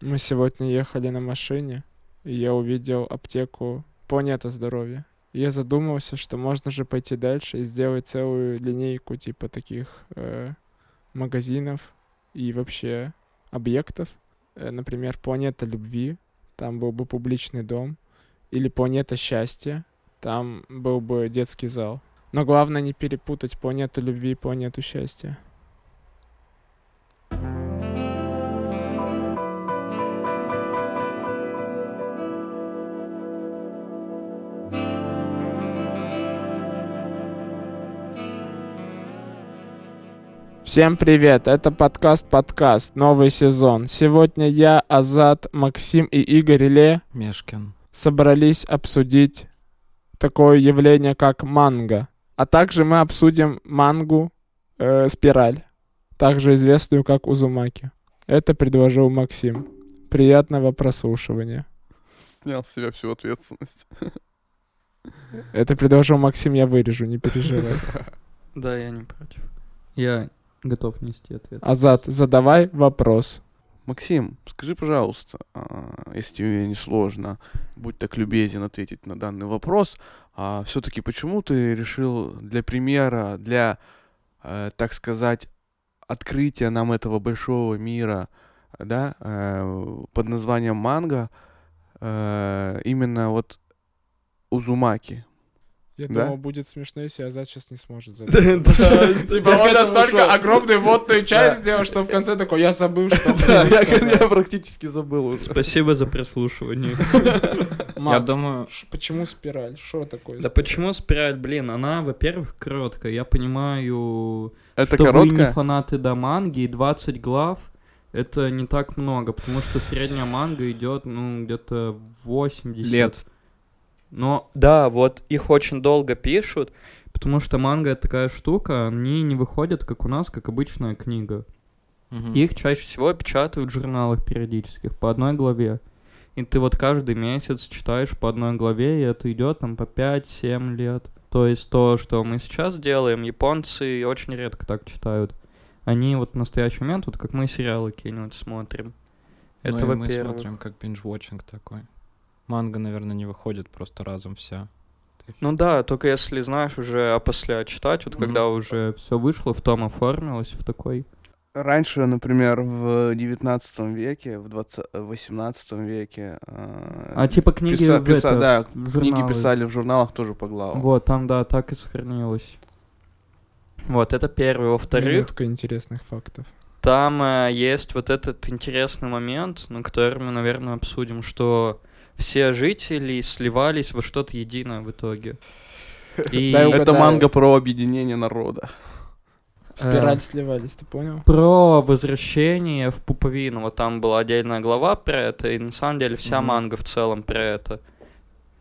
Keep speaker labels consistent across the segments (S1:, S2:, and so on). S1: Мы сегодня ехали на машине, и я увидел аптеку «Планета здоровья». И Я задумался, что можно же пойти дальше и сделать целую линейку типа таких э, магазинов и вообще объектов. Э, например, «Планета любви», там был бы публичный дом. Или «Планета счастья», там был бы детский зал. Но главное не перепутать «Планету любви» и «Планету счастья». Всем привет, это подкаст-подкаст, новый сезон. Сегодня я, Азат, Максим и Игорь Ле
S2: Мешкин.
S1: собрались обсудить такое явление, как манго. А также мы обсудим мангу э, спираль, также известную как Узумаки. Это предложил Максим. Приятного прослушивания.
S3: Снял с себя всю ответственность.
S1: Это предложил Максим, я вырежу, не переживай.
S2: Да, я не против. Я готов нести ответ.
S1: Азат, задавай вопрос.
S3: Максим, скажи, пожалуйста, а, если тебе не сложно, будь так любезен ответить на данный вопрос. А все-таки почему ты решил для примера, для, э, так сказать, открытия нам этого большого мира, да, э, под названием манго, э, именно вот Узумаки?
S1: Я
S3: Да?
S1: думал, будет смешно, если Азат сейчас не сможет задать.
S2: Типа
S1: Типа он настолько огромную водную часть сделал, что в конце такой, я забыл, что
S3: Я практически забыл уже.
S4: Спасибо за прослушивание.
S2: Я думаю,
S1: почему спираль? Что такое?
S4: Да почему спираль, блин, она, во-первых, короткая. Я понимаю,
S3: Это
S4: что вы не
S3: короткая?
S4: фанаты до манги, и 20 глав это не так много, потому что средняя манга идет, ну, где-то 80
S2: лет.
S4: Но
S5: Да, вот их очень долго пишут.
S4: потому что манга это такая штука, они не выходят, как у нас, как обычная книга.
S2: Мгм.
S4: Их чаще всего печатают в журналах периодических по одной главе. И ты вот каждый месяц читаешь по одной главе, и это идет там по 5-7 лет. То есть то, что мы сейчас делаем, японцы очень редко так читают. Они вот в настоящий момент, вот как мы сериалы какие-нибудь смотрим.
S2: Ну
S4: Это
S2: и мы
S4: во-первых.
S2: смотрим, как бинж-вотчинг такой. Манга, наверное, не выходит просто разом вся.
S5: Ну да, только если знаешь уже, а после читать, вот
S4: Вот
S5: когда
S4: когда
S5: уже...
S4: уже все вышло, в том оформилось, в такой.
S3: Раньше, например, в 19 веке, в 20, э, 18 веке... э,
S4: А типа книги
S3: писа-
S4: в,
S3: писа-
S4: это,
S3: да,
S4: в журналы.
S3: книги писали в журналах тоже по главам.
S4: Вот, там, да, так и сохранилось.
S5: Вот, это первое. Во-вторых,
S1: Минутка интересных фактов.
S5: там э, есть вот этот интересный момент, на который мы, наверное, обсудим, что все жители сливались во что-то единое в итоге. И...
S1: Дай
S3: Это
S1: угадаю.
S3: манга про объединение народа.
S1: Спираль
S4: Э,
S1: сливались, ты понял?
S4: Про
S5: Про возвращение в пуповину. Вот там была отдельная глава про это, и на самом деле вся
S2: Мгм.
S5: манга в целом про это.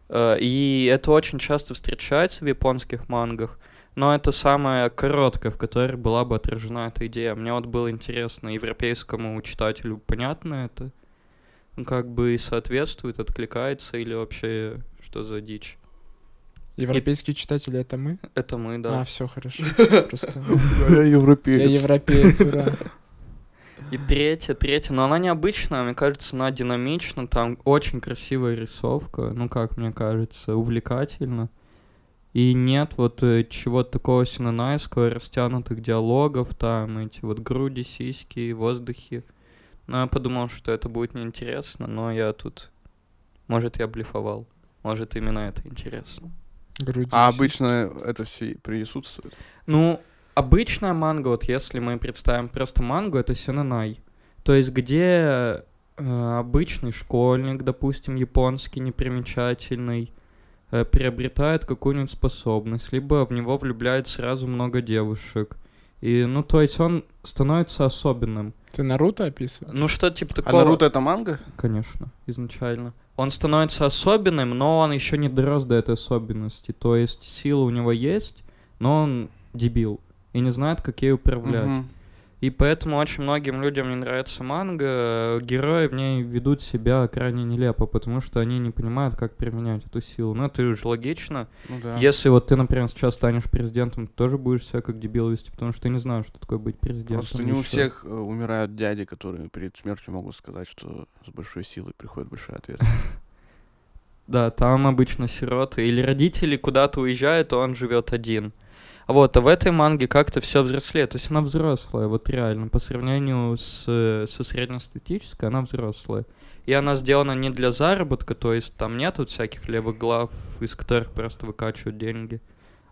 S5: Э, И это очень часто встречается в японских мангах, но это самая короткая, в которой была бы отражена эта идея. Мне вот было интересно, европейскому читателю понятно это? Ну, Как бы соответствует, откликается или вообще что за дичь?
S1: Европейские читатели это мы?
S5: Это мы, да.
S1: А, все хорошо. Просто
S3: Я
S1: я
S3: европеец.
S1: европеец, ура.
S5: И третья, третья, но она необычная, мне кажется, она динамична, там очень красивая рисовка, ну как мне кажется, увлекательно. И нет вот э, чего-то такого синанайского, растянутых диалогов, там эти вот груди, сиськи, воздухи. Но я подумал, что это будет неинтересно, но я тут... Может, я блефовал. Может, именно это интересно.
S1: Груди
S3: А
S1: все.
S3: обычно это все присутствует.
S5: Ну, обычная манга, вот если мы представим просто мангу, это сенанай. То есть где э, обычный школьник, допустим, японский, непримечательный, э, приобретает какую-нибудь способность, либо в него влюбляет сразу много девушек. И, ну, то есть он становится особенным.
S1: Ты Наруто описывал?
S5: Ну, что типа
S3: А
S5: такого...
S3: Наруто это манга?
S4: Конечно.
S5: изначально. Он становится особенным, но он еще не дорос до этой особенности. То есть сила у него есть, но он дебил и не знает, как ей управлять.
S3: Мгм.
S5: И поэтому очень многим людям не нравится манга. Герои в ней ведут себя крайне нелепо, потому что они не понимают, как применять эту силу. Ну, это же логично.
S3: Ну да.
S5: Если вот ты, например, сейчас станешь президентом, ты тоже будешь себя как дебил вести, потому что ты не знаешь, что такое быть президентом.
S3: Просто не у
S5: еще.
S3: всех э, умирают дяди, которые перед смертью могут сказать, что с большой силой приходит большая ответственность.
S5: Да, там обычно сироты. Или родители куда-то уезжают, и он живет один. А Вот, а в этой манге как-то все взрослее. То есть она взрослая, вот реально. По сравнению с, э, со среднестатической, она взрослая. И она сделана не для заработка, то есть там нету всяких левых глав, из которых просто выкачивают деньги.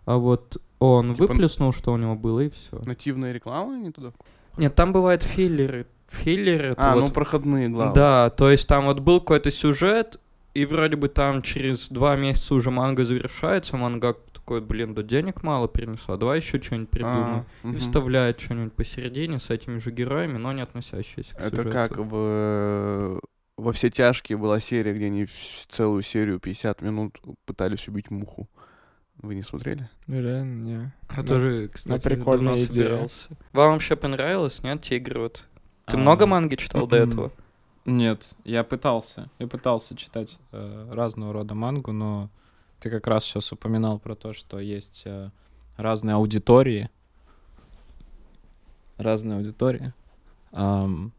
S5: А вот он
S3: Типа-
S5: выплеснул, что у него было, и все.
S3: Нативная реклама не туда?
S5: Нет, там бывают филлеры. Филлеры это
S3: А, ну
S5: вот
S3: проходные главы.
S5: да, то есть там вот был какой-то сюжет, и вроде бы там через два месяца уже манга завершается, мангак такой, блин, да денег мало принесла, давай еще что-нибудь придумаем.
S3: А,
S5: И
S3: мгм.
S5: вставляет что-нибудь посередине с этими же героями, но не относящиеся к
S3: Это
S5: сюжету.
S3: как в во все тяжкие была серия, где они вс- целую серию 50 минут пытались убить муху. Вы не смотрели?
S1: Ну, реально, не.
S5: Я
S1: Ну,
S5: тоже, кстати,
S1: прикольная
S5: давно
S1: идея.
S5: собирался. Вам вообще понравилось, нет, Тигр? Вот.
S3: А,
S5: Ты много
S2: манги?
S5: манги читал
S3: м-м.
S5: до этого?
S2: А, Нет, я пытался. Я пытался читать э, разного рода мангу, но ты как раз сейчас упоминал про то, что есть э, разные аудитории. Разные аудитории. Ам,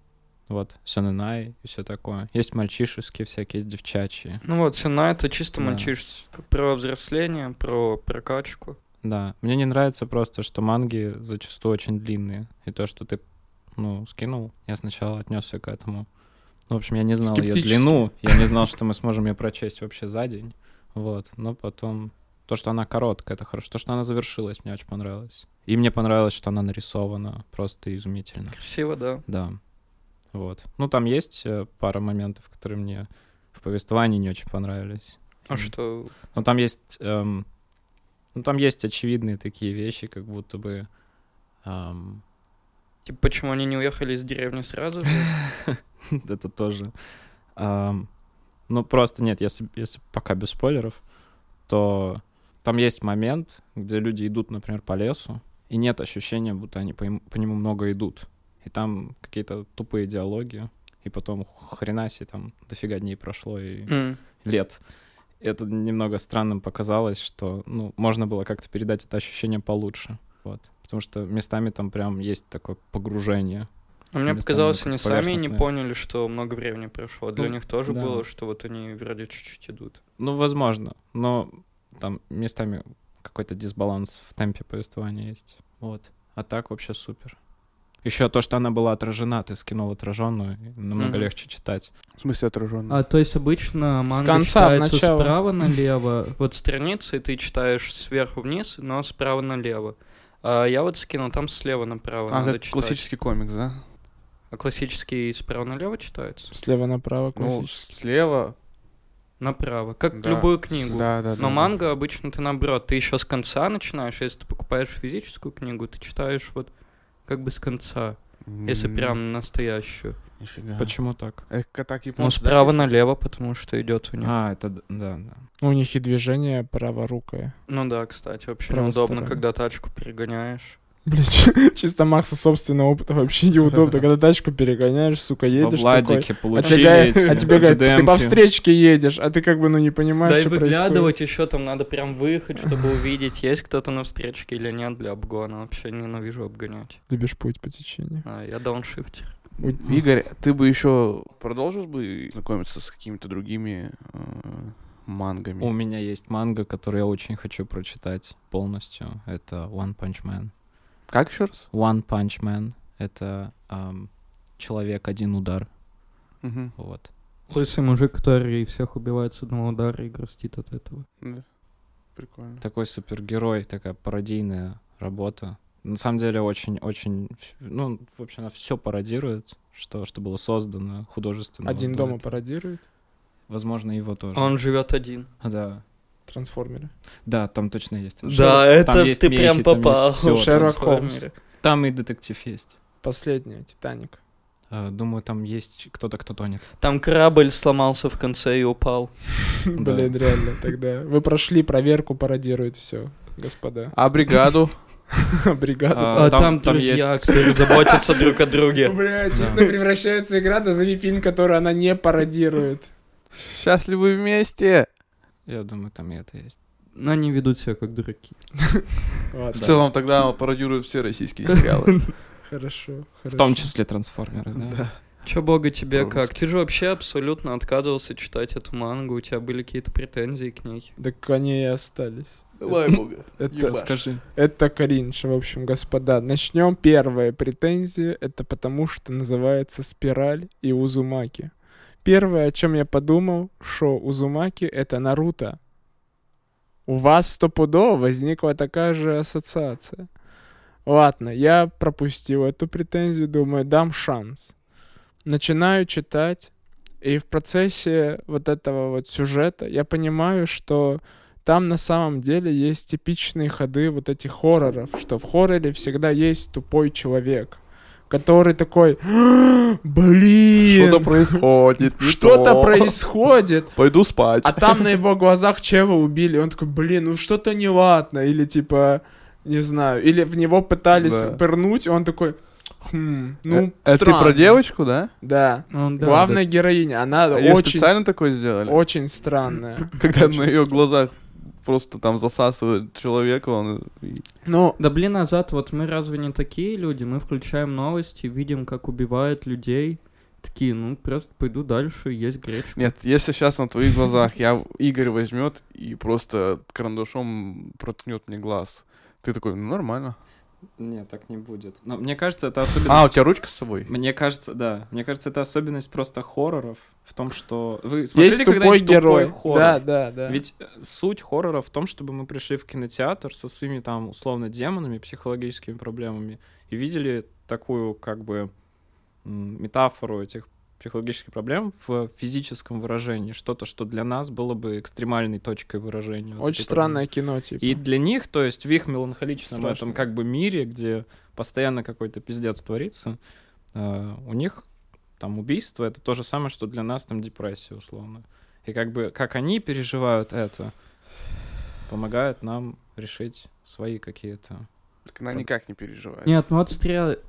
S2: вот, Сёнэнай и все такое. Есть мальчишеские всякие, есть девчачьи.
S5: Ну вот, Сина это чисто
S2: Да.
S5: мальчишество. Про взросление, про прокачку.
S2: Да, мне не нравится просто, что манги зачастую очень длинные. И то, что ты, ну, скинул, я сначала отнесся к этому. Ну, В общем, я не знал ее
S1: Скептически.
S2: длину, я не знал, что мы сможем ее прочесть вообще за день. Вот, но потом... То, что она короткая, это хорошо. То, что она завершилась, мне очень понравилось. И мне понравилось, что она нарисована просто изумительно.
S5: Красиво, да.
S2: Да. Вот. Ну, там есть э, пара моментов, которые мне в повествовании не очень понравились.
S5: А
S2: Мгм.
S5: что,
S2: Ну, там есть... эм, ну, там есть очевидные такие вещи, как будто бы... эм,
S5: типа, почему они не уехали из деревни сразу же?
S2: это тоже... эм, ну, просто нет, если, если пока без спойлеров, то там есть момент, где люди идут, например, по лесу, и нет ощущения, будто они по, им- по нему много идут. И там какие-то тупые диалоги, и потом хрена себе там дофига дней прошло, и
S5: М.
S2: лет. Это немного странным показалось, что ну, можно было как-то передать это ощущение получше. Вот. Потому что местами там прям есть такое погружение.
S5: А мне
S2: Местами
S5: показалось,
S2: как-то
S5: они сами не
S2: поверхностное.
S5: поняли, что много времени прошло. Для
S2: Ну,
S5: них тоже
S2: да.
S5: было, что вот они вроде чуть-чуть идут.
S2: Ну, возможно, но там местами какой-то дисбаланс в темпе повествования есть. Вот. А так вообще супер. Еще то, что она была отражена, ты скинул отраженную, и намного
S5: Мгм.
S2: легче читать.
S3: В смысле отраженная?
S5: А то есть обычно манга
S1: конца в
S5: читается
S1: начало.
S5: справа налево. Вот страницы ты читаешь сверху вниз, но справа налево. А я вот скинул, там слева направо
S3: А,
S5: надо
S3: как
S5: читать.
S3: классический комикс, да?
S5: А классический справа налево читается?
S1: Слева направо
S3: Ну,
S1: классически.
S3: слева.
S5: Направо, как
S3: Да.
S5: любую книгу.
S3: Да, да, да.
S5: Но
S3: да.
S5: манго обычно ты наоборот, ты еще с конца начинаешь, если ты покупаешь физическую книгу, ты читаешь вот как бы с конца, если
S3: М,
S5: прям настоящую.
S3: нифига.
S2: Почему так?
S3: Эко так
S5: Ну,
S3: японцы, да,
S5: справа
S3: пишут?
S5: налево, потому что идет у них.
S2: А, это д- да, да.
S1: ну, У них и движение праворукое.
S5: Ну да, кстати, вообще
S1: Правая
S5: неудобно,
S1: сторона.
S5: когда тачку перегоняешь.
S1: Блин, чи- чисто Макса собственного опыта вообще неудобно. Когда тачку перегоняешь, сука, едешь
S2: Во
S1: такой.
S2: Владике
S1: А
S2: получили
S1: тебе,
S2: эти
S1: а тебе говорят, ты
S2: GDM-ки.
S1: по встречке едешь, а ты как бы, ну, не понимаешь,
S5: да и
S1: что происходит.
S5: выглядывать еще там надо прям выехать, чтобы увидеть, есть кто-то на встречке или нет для обгона. Вообще ненавижу обгонять.
S1: Любишь путь по течению.
S5: А, я дауншифтер.
S1: У-
S3: Игорь, ты бы еще продолжил бы знакомиться с какими-то другими э, мангами?
S2: У меня есть манга, которую я очень хочу прочитать полностью. Это One Punch Man.
S3: Как еще раз?
S2: One Punch Man — это ам, человек один удар.
S3: Мгм.
S2: Вот.
S5: Лысый мужик, который всех убивает с одного удара и грустит от этого.
S3: Да. Прикольно.
S2: Такой супергерой, такая пародийная работа. На самом деле очень-очень... Ну, в общем, она все пародирует, что, что было создано художественно.
S1: Один
S2: вот до
S1: дома
S2: этого.
S1: пародирует.
S2: Возможно, его тоже.
S5: Он живет один.
S2: Да.
S1: Трансформеры.
S2: Да, там точно есть.
S5: Да, это
S2: там есть
S5: ты
S2: мехи,
S5: прям
S2: там есть
S5: попал.
S2: всё.
S1: Шерлок Холмс.
S2: Там и детектив есть.
S1: Последняя, Титаник.
S2: А, Думаю, там есть кто-то, кто тонет.
S5: Там корабль сломался в конце и упал.
S2: Да.
S1: Блин, реально, тогда. Вы прошли проверку, пародирует все, господа.
S3: А бригаду?
S1: Бригада.
S5: А, там, друзья, которые заботятся друг о друге.
S1: Бля, честно, превращается игра, назови фильм, который она не пародирует.
S3: Счастливы вместе.
S2: Я думаю, там и это есть.
S5: Но Ну, они ведут себя как дураки.
S3: В
S1: Ладно,
S2: Да.
S3: целом тогда пародируют все российские сериалы.
S1: хорошо.
S2: В том числе трансформеры, да.
S3: Да.
S5: Чё, бога тебе как?
S3: По-русски.
S5: Ты же вообще абсолютно отказывался читать эту мангу, у тебя были какие-то претензии к ней.
S1: Так они и остались.
S3: Давай, Бога.
S1: Это,
S3: Ебать.
S2: Расскажи.
S1: это кринж, в общем, господа. Начнем первая претензия. Это потому, что называется «Спираль» и «Узумаки». Первое, о чем я подумал, что «Узумаки» — это «Наруто». У вас стопудово возникла такая же ассоциация. Ладно, я пропустил эту претензию, думаю, дам шанс. Начинаю читать, и в процессе вот этого вот сюжета я понимаю, что там на самом деле есть типичные ходы вот этих хорроров, что в хорроре всегда есть тупой человек, который такой, «А,
S3: Что-то
S1: блин,
S3: происходит. не
S1: что-то
S3: то.
S1: происходит,
S3: Пойду спать.
S1: а там на его глазах Чева убили. Он такой, блин, ну что-то неладно. Или типа, не знаю, или в него пытались
S3: Да.
S1: пырнуть, и он такой, хм, ну,
S3: Э, это ты
S1: странно».
S3: про девочку, да?
S1: Да.
S5: Ну, да,
S1: Главная героиня, она
S3: Ее
S1: очень,
S3: А специально такое сделали?
S1: очень странная.
S3: Когда
S1: очень
S3: на ее глазах просто там засасывает человека, он... и-
S1: Ну,
S5: Да блин, назад, вот мы разве не такие люди? Мы включаем новости, видим, как убивают людей. Такие, ну, просто пойду дальше есть гречку.
S3: Нет, если сейчас на твоих глазах я Игорь возьмет и просто карандашом проткнет мне глаз, ты такой, ну нормально.
S2: Нет, так не будет. Но мне кажется, это особенность...
S3: А, у тебя ручка с собой?
S2: Мне кажется, да. Мне кажется, это особенность просто хорроров в том, что... Вы смотрели
S1: есть тупой
S2: когда-нибудь
S1: герой.
S2: тупой хоррор?
S1: да, да, да.
S2: Ведь э, суть хоррора в том, чтобы мы пришли в кинотеатр со своими там условно демонами, психологическими проблемами и видели такую как бы м, метафору этих психологических проблем в физическом выражении, что-то, что для нас было бы экстремальной точкой выражения. вот
S1: Очень
S2: этой проблемы.
S1: странное кино, типа.
S2: И для них, то есть в их меланхоличном
S1: Страшно.
S2: этом как бы мире, где постоянно какой-то пиздец творится, э, у них там убийство это то же самое, что для нас там депрессия условно. И как бы как они переживают это, помогает нам решить свои какие-то.
S3: Так она никак не переживает.
S5: Нет, ну отстрелите,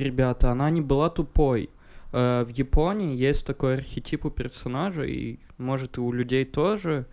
S5: ребята, она не была тупой. Э, В Японии есть такой архетип у персонажа, и, может, и у людей тоже,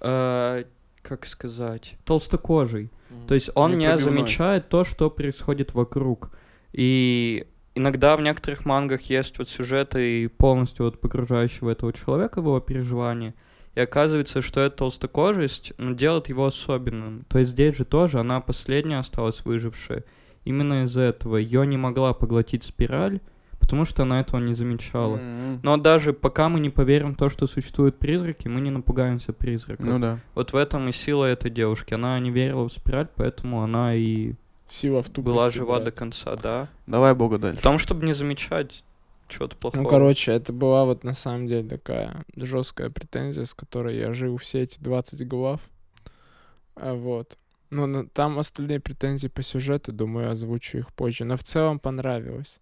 S5: э, как сказать, толстокожий. То есть он не
S3: Непробивной.
S5: замечает то, что происходит вокруг. И иногда в некоторых мангах есть вот сюжеты и полностью вот погружающего этого человека в его переживания. И оказывается, что эта толстокожесть ну, делает его особенным. То есть здесь же тоже она последняя осталась выжившая. Именно из-за этого ее не могла поглотить спираль, потому что она этого не замечала.
S3: М.
S5: Но даже пока мы не поверим в то, что существуют призраки, мы не напугаемся призраков.
S3: Ну да.
S5: Вот в этом и сила этой девушки. Она не верила в спираль, поэтому она и
S1: Сила в тупости.
S5: была жива
S1: брат.
S5: до конца, да.
S3: Давай бога дальше.
S5: Потому чтобы не замечать чего-то плохого.
S1: Ну, короче, это была вот на самом деле такая жесткая претензия, с которой я жил все эти 20 глав. А, Вот. Ну, на- там остальные претензии по сюжету, думаю, озвучу их позже. Но в целом понравилось.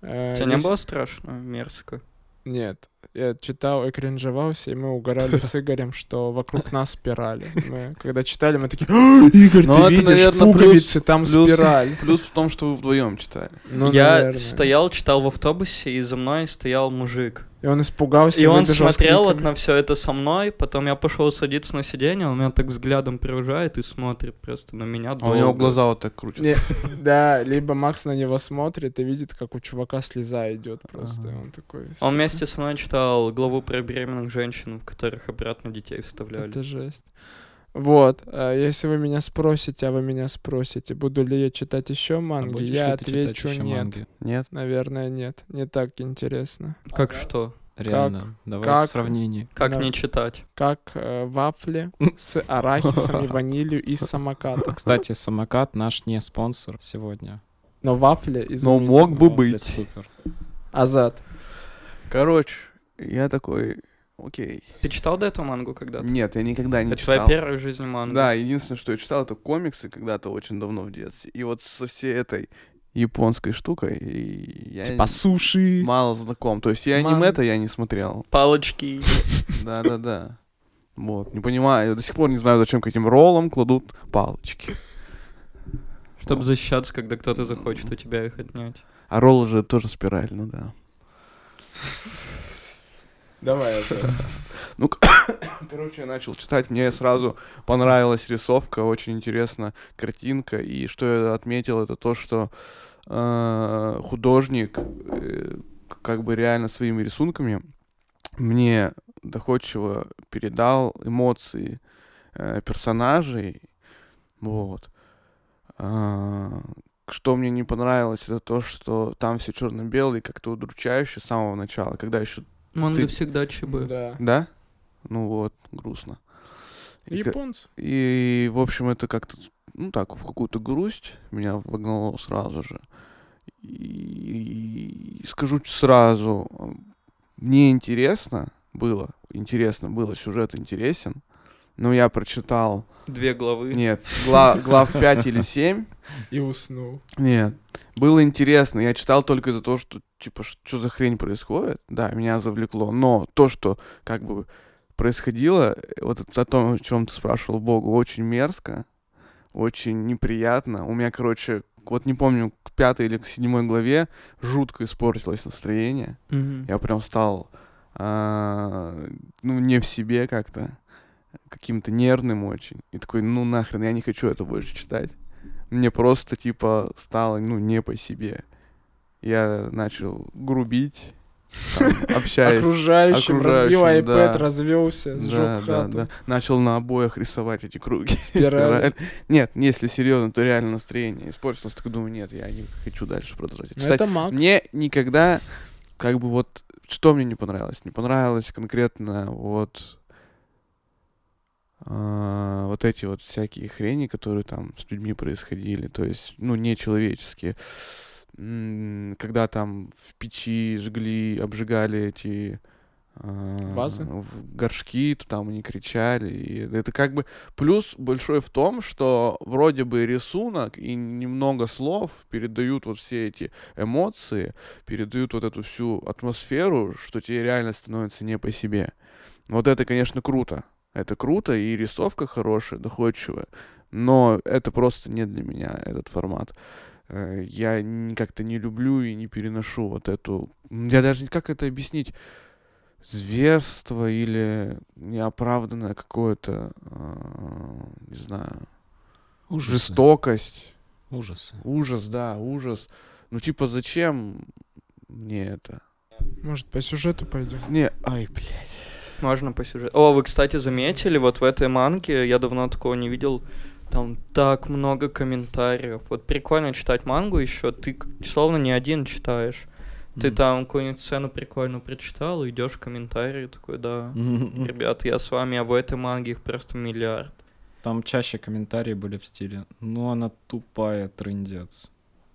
S1: Э,
S5: Тебе не
S1: если-
S5: было страшно, мерзко?
S1: Нет. Я читал и кринжевался, и мы угорали с Игорем, что вокруг нас спирали. Мы, когда читали, мы такие, «А, Игорь,
S3: Ну,
S1: ты
S3: это,
S1: видишь,
S3: наверное, плюс-
S1: пуговицы, там
S3: плюс-
S1: спираль.
S3: Плюс в том, что вы вдвоем читали.
S1: Ну,
S5: я
S1: наверное.
S5: стоял, читал в автобусе, и за мной стоял мужик.
S1: И он испугался.
S5: и он
S1: выбежал с
S5: смотрел вот
S1: криками.
S5: на все это со мной, потом я пошел садиться на сиденье, он меня так взглядом провожает и смотрит просто на меня
S3: А у него
S5: долго.
S3: глаза вот так крутятся.
S1: Не, да, либо Макс на него смотрит и видит, как у чувака слеза идет просто. и Он такой.
S5: Он
S1: «Сука,
S5: вместе со мной читал главу про беременных женщин, в которых обратно детей вставляли.
S1: Это жесть. Вот, а если вы меня спросите, а вы меня спросите, буду ли я читать еще манги,
S2: Будешь
S1: я
S2: ли ты читать
S1: отвечу
S2: ещё
S1: нет.
S2: манги?
S3: Нет?
S1: Наверное, нет. Не так интересно.
S5: Как что?
S2: Реально. Давай
S1: как-
S2: в сравнении.
S5: Как
S1: Да.
S5: не читать?
S1: Как э, вафли с арахисом и ванилью из самоката.
S2: Кстати, самокат наш не спонсор сегодня.
S1: Но вафли из
S3: Но мог бы
S2: Вот, блядь,
S3: быть.
S2: Супер.
S1: Азат.
S3: Короче, я такой, окей.
S5: Ты читал до этого мангу когда-то?
S3: Нет, я никогда не
S5: это
S3: читал.
S5: твоя первая в жизни манга.
S3: Да, единственное, что я читал, это комиксы когда-то очень давно в детстве. И вот со всей этой японской штукой и я
S1: Типа суши.
S3: мало знаком. То есть я
S1: Ман-
S3: аниме-то я не смотрел.
S5: Палочки.
S3: Да-да-да. Вот, не понимаю, я до сих пор не знаю, зачем к этим роллам кладут палочки.
S5: Чтобы защищаться, когда кто-то захочет у тебя их отнять.
S3: А роллы же тоже спирально, да.
S1: Давай это.
S3: Ну, к- короче, я начал читать, мне сразу понравилась рисовка, очень интересна картинка, и что я отметил, это то, что э, художник э, к- как бы реально своими рисунками мне доходчиво передал эмоции э, персонажей, вот. А, что мне не понравилось, это то, что там все черно-белое, и как-то удручающе с самого начала, когда еще,
S5: Манга
S3: Ты-
S5: всегда ЧБ.
S1: Да.
S3: да? Ну вот, грустно. И, к-
S1: Японцы.
S3: и, в общем, это как-то, ну так, в какую-то грусть меня вогнало сразу же. И скажу ч- сразу, м, мне интересно было, интересно было, сюжет интересен, но я прочитал,
S5: Две главы.
S3: нет, гла- глав 5 или 7,
S1: И уснул.
S3: нет, было интересно. Я читал только из-за того, что, типа, что за хрень происходит. Да, меня завлекло. Но то, что, как бы, происходило, э, вот это о том, о чем ты спрашивал Богу, очень мерзко, очень неприятно. У меня, короче, вот не помню, к пятой или к седьмой главе жутко испортилось настроение.
S5: Мгм.
S3: Я прям стал, а, ну, не в себе как-то, каким-то нервным очень. И такой, ну, нахрен, я не хочу это больше читать. Мне просто, типа, стало, ну, не по себе. Я начал грубить, там, общаясь.
S1: Окружающим, разбил
S3: окружающим,
S1: iPad,
S3: да.
S1: развелся,
S3: Да,
S1: сжег
S3: да,
S1: хату. Ну,
S3: да. Начал на обоях рисовать эти круги.
S1: Спирали.
S3: Нет, если серьезно, то реально настроение испортилось. Так думаю, нет, я не хочу дальше продолжать.
S1: Ну,
S3: читать.
S1: Это Макс.
S3: Мне никогда, как бы вот, что мне не понравилось? Не понравилось конкретно вот а, вот эти вот всякие хрени, которые там с людьми происходили, то есть, ну, нечеловеческие. М, Когда там в печи жгли, обжигали эти а,
S1: Вазы?
S3: в- горшки, то там они кричали. И это как бы плюс большой в том, что вроде бы рисунок и немного слов передают вот все эти эмоции, передают вот эту всю атмосферу, что тебе реально становится не по себе. Вот это, конечно, круто. Это круто, и рисовка хорошая, доходчивая. Но это просто не для меня, этот формат. Э, Я н- как-то не люблю и не переношу вот эту... Я даже не- как это объяснить? Зверство или неоправданное какое-то, э, не знаю,
S2: Ужасы.
S3: жестокость.
S2: Ужасы.
S3: Ужас, да, ужас. Ну, типа, зачем мне это?
S1: Может, по сюжету пойдем?
S3: Не, ай, блядь.
S5: Можно по сюжету. О, вы, кстати, заметили, вот в этой манге, я давно такого не видел, там так много комментариев. Вот прикольно читать мангу еще, ты к- словно не один читаешь. Ты
S2: М.
S5: там какую-нибудь сцену прикольно прочитал, идешь в комментарии, такой, да,
S2: М-м-м.
S5: ребят, я с вами, а в этой манге их просто миллиард.
S2: Там чаще комментарии были в стиле «Ну, она тупая, трындец».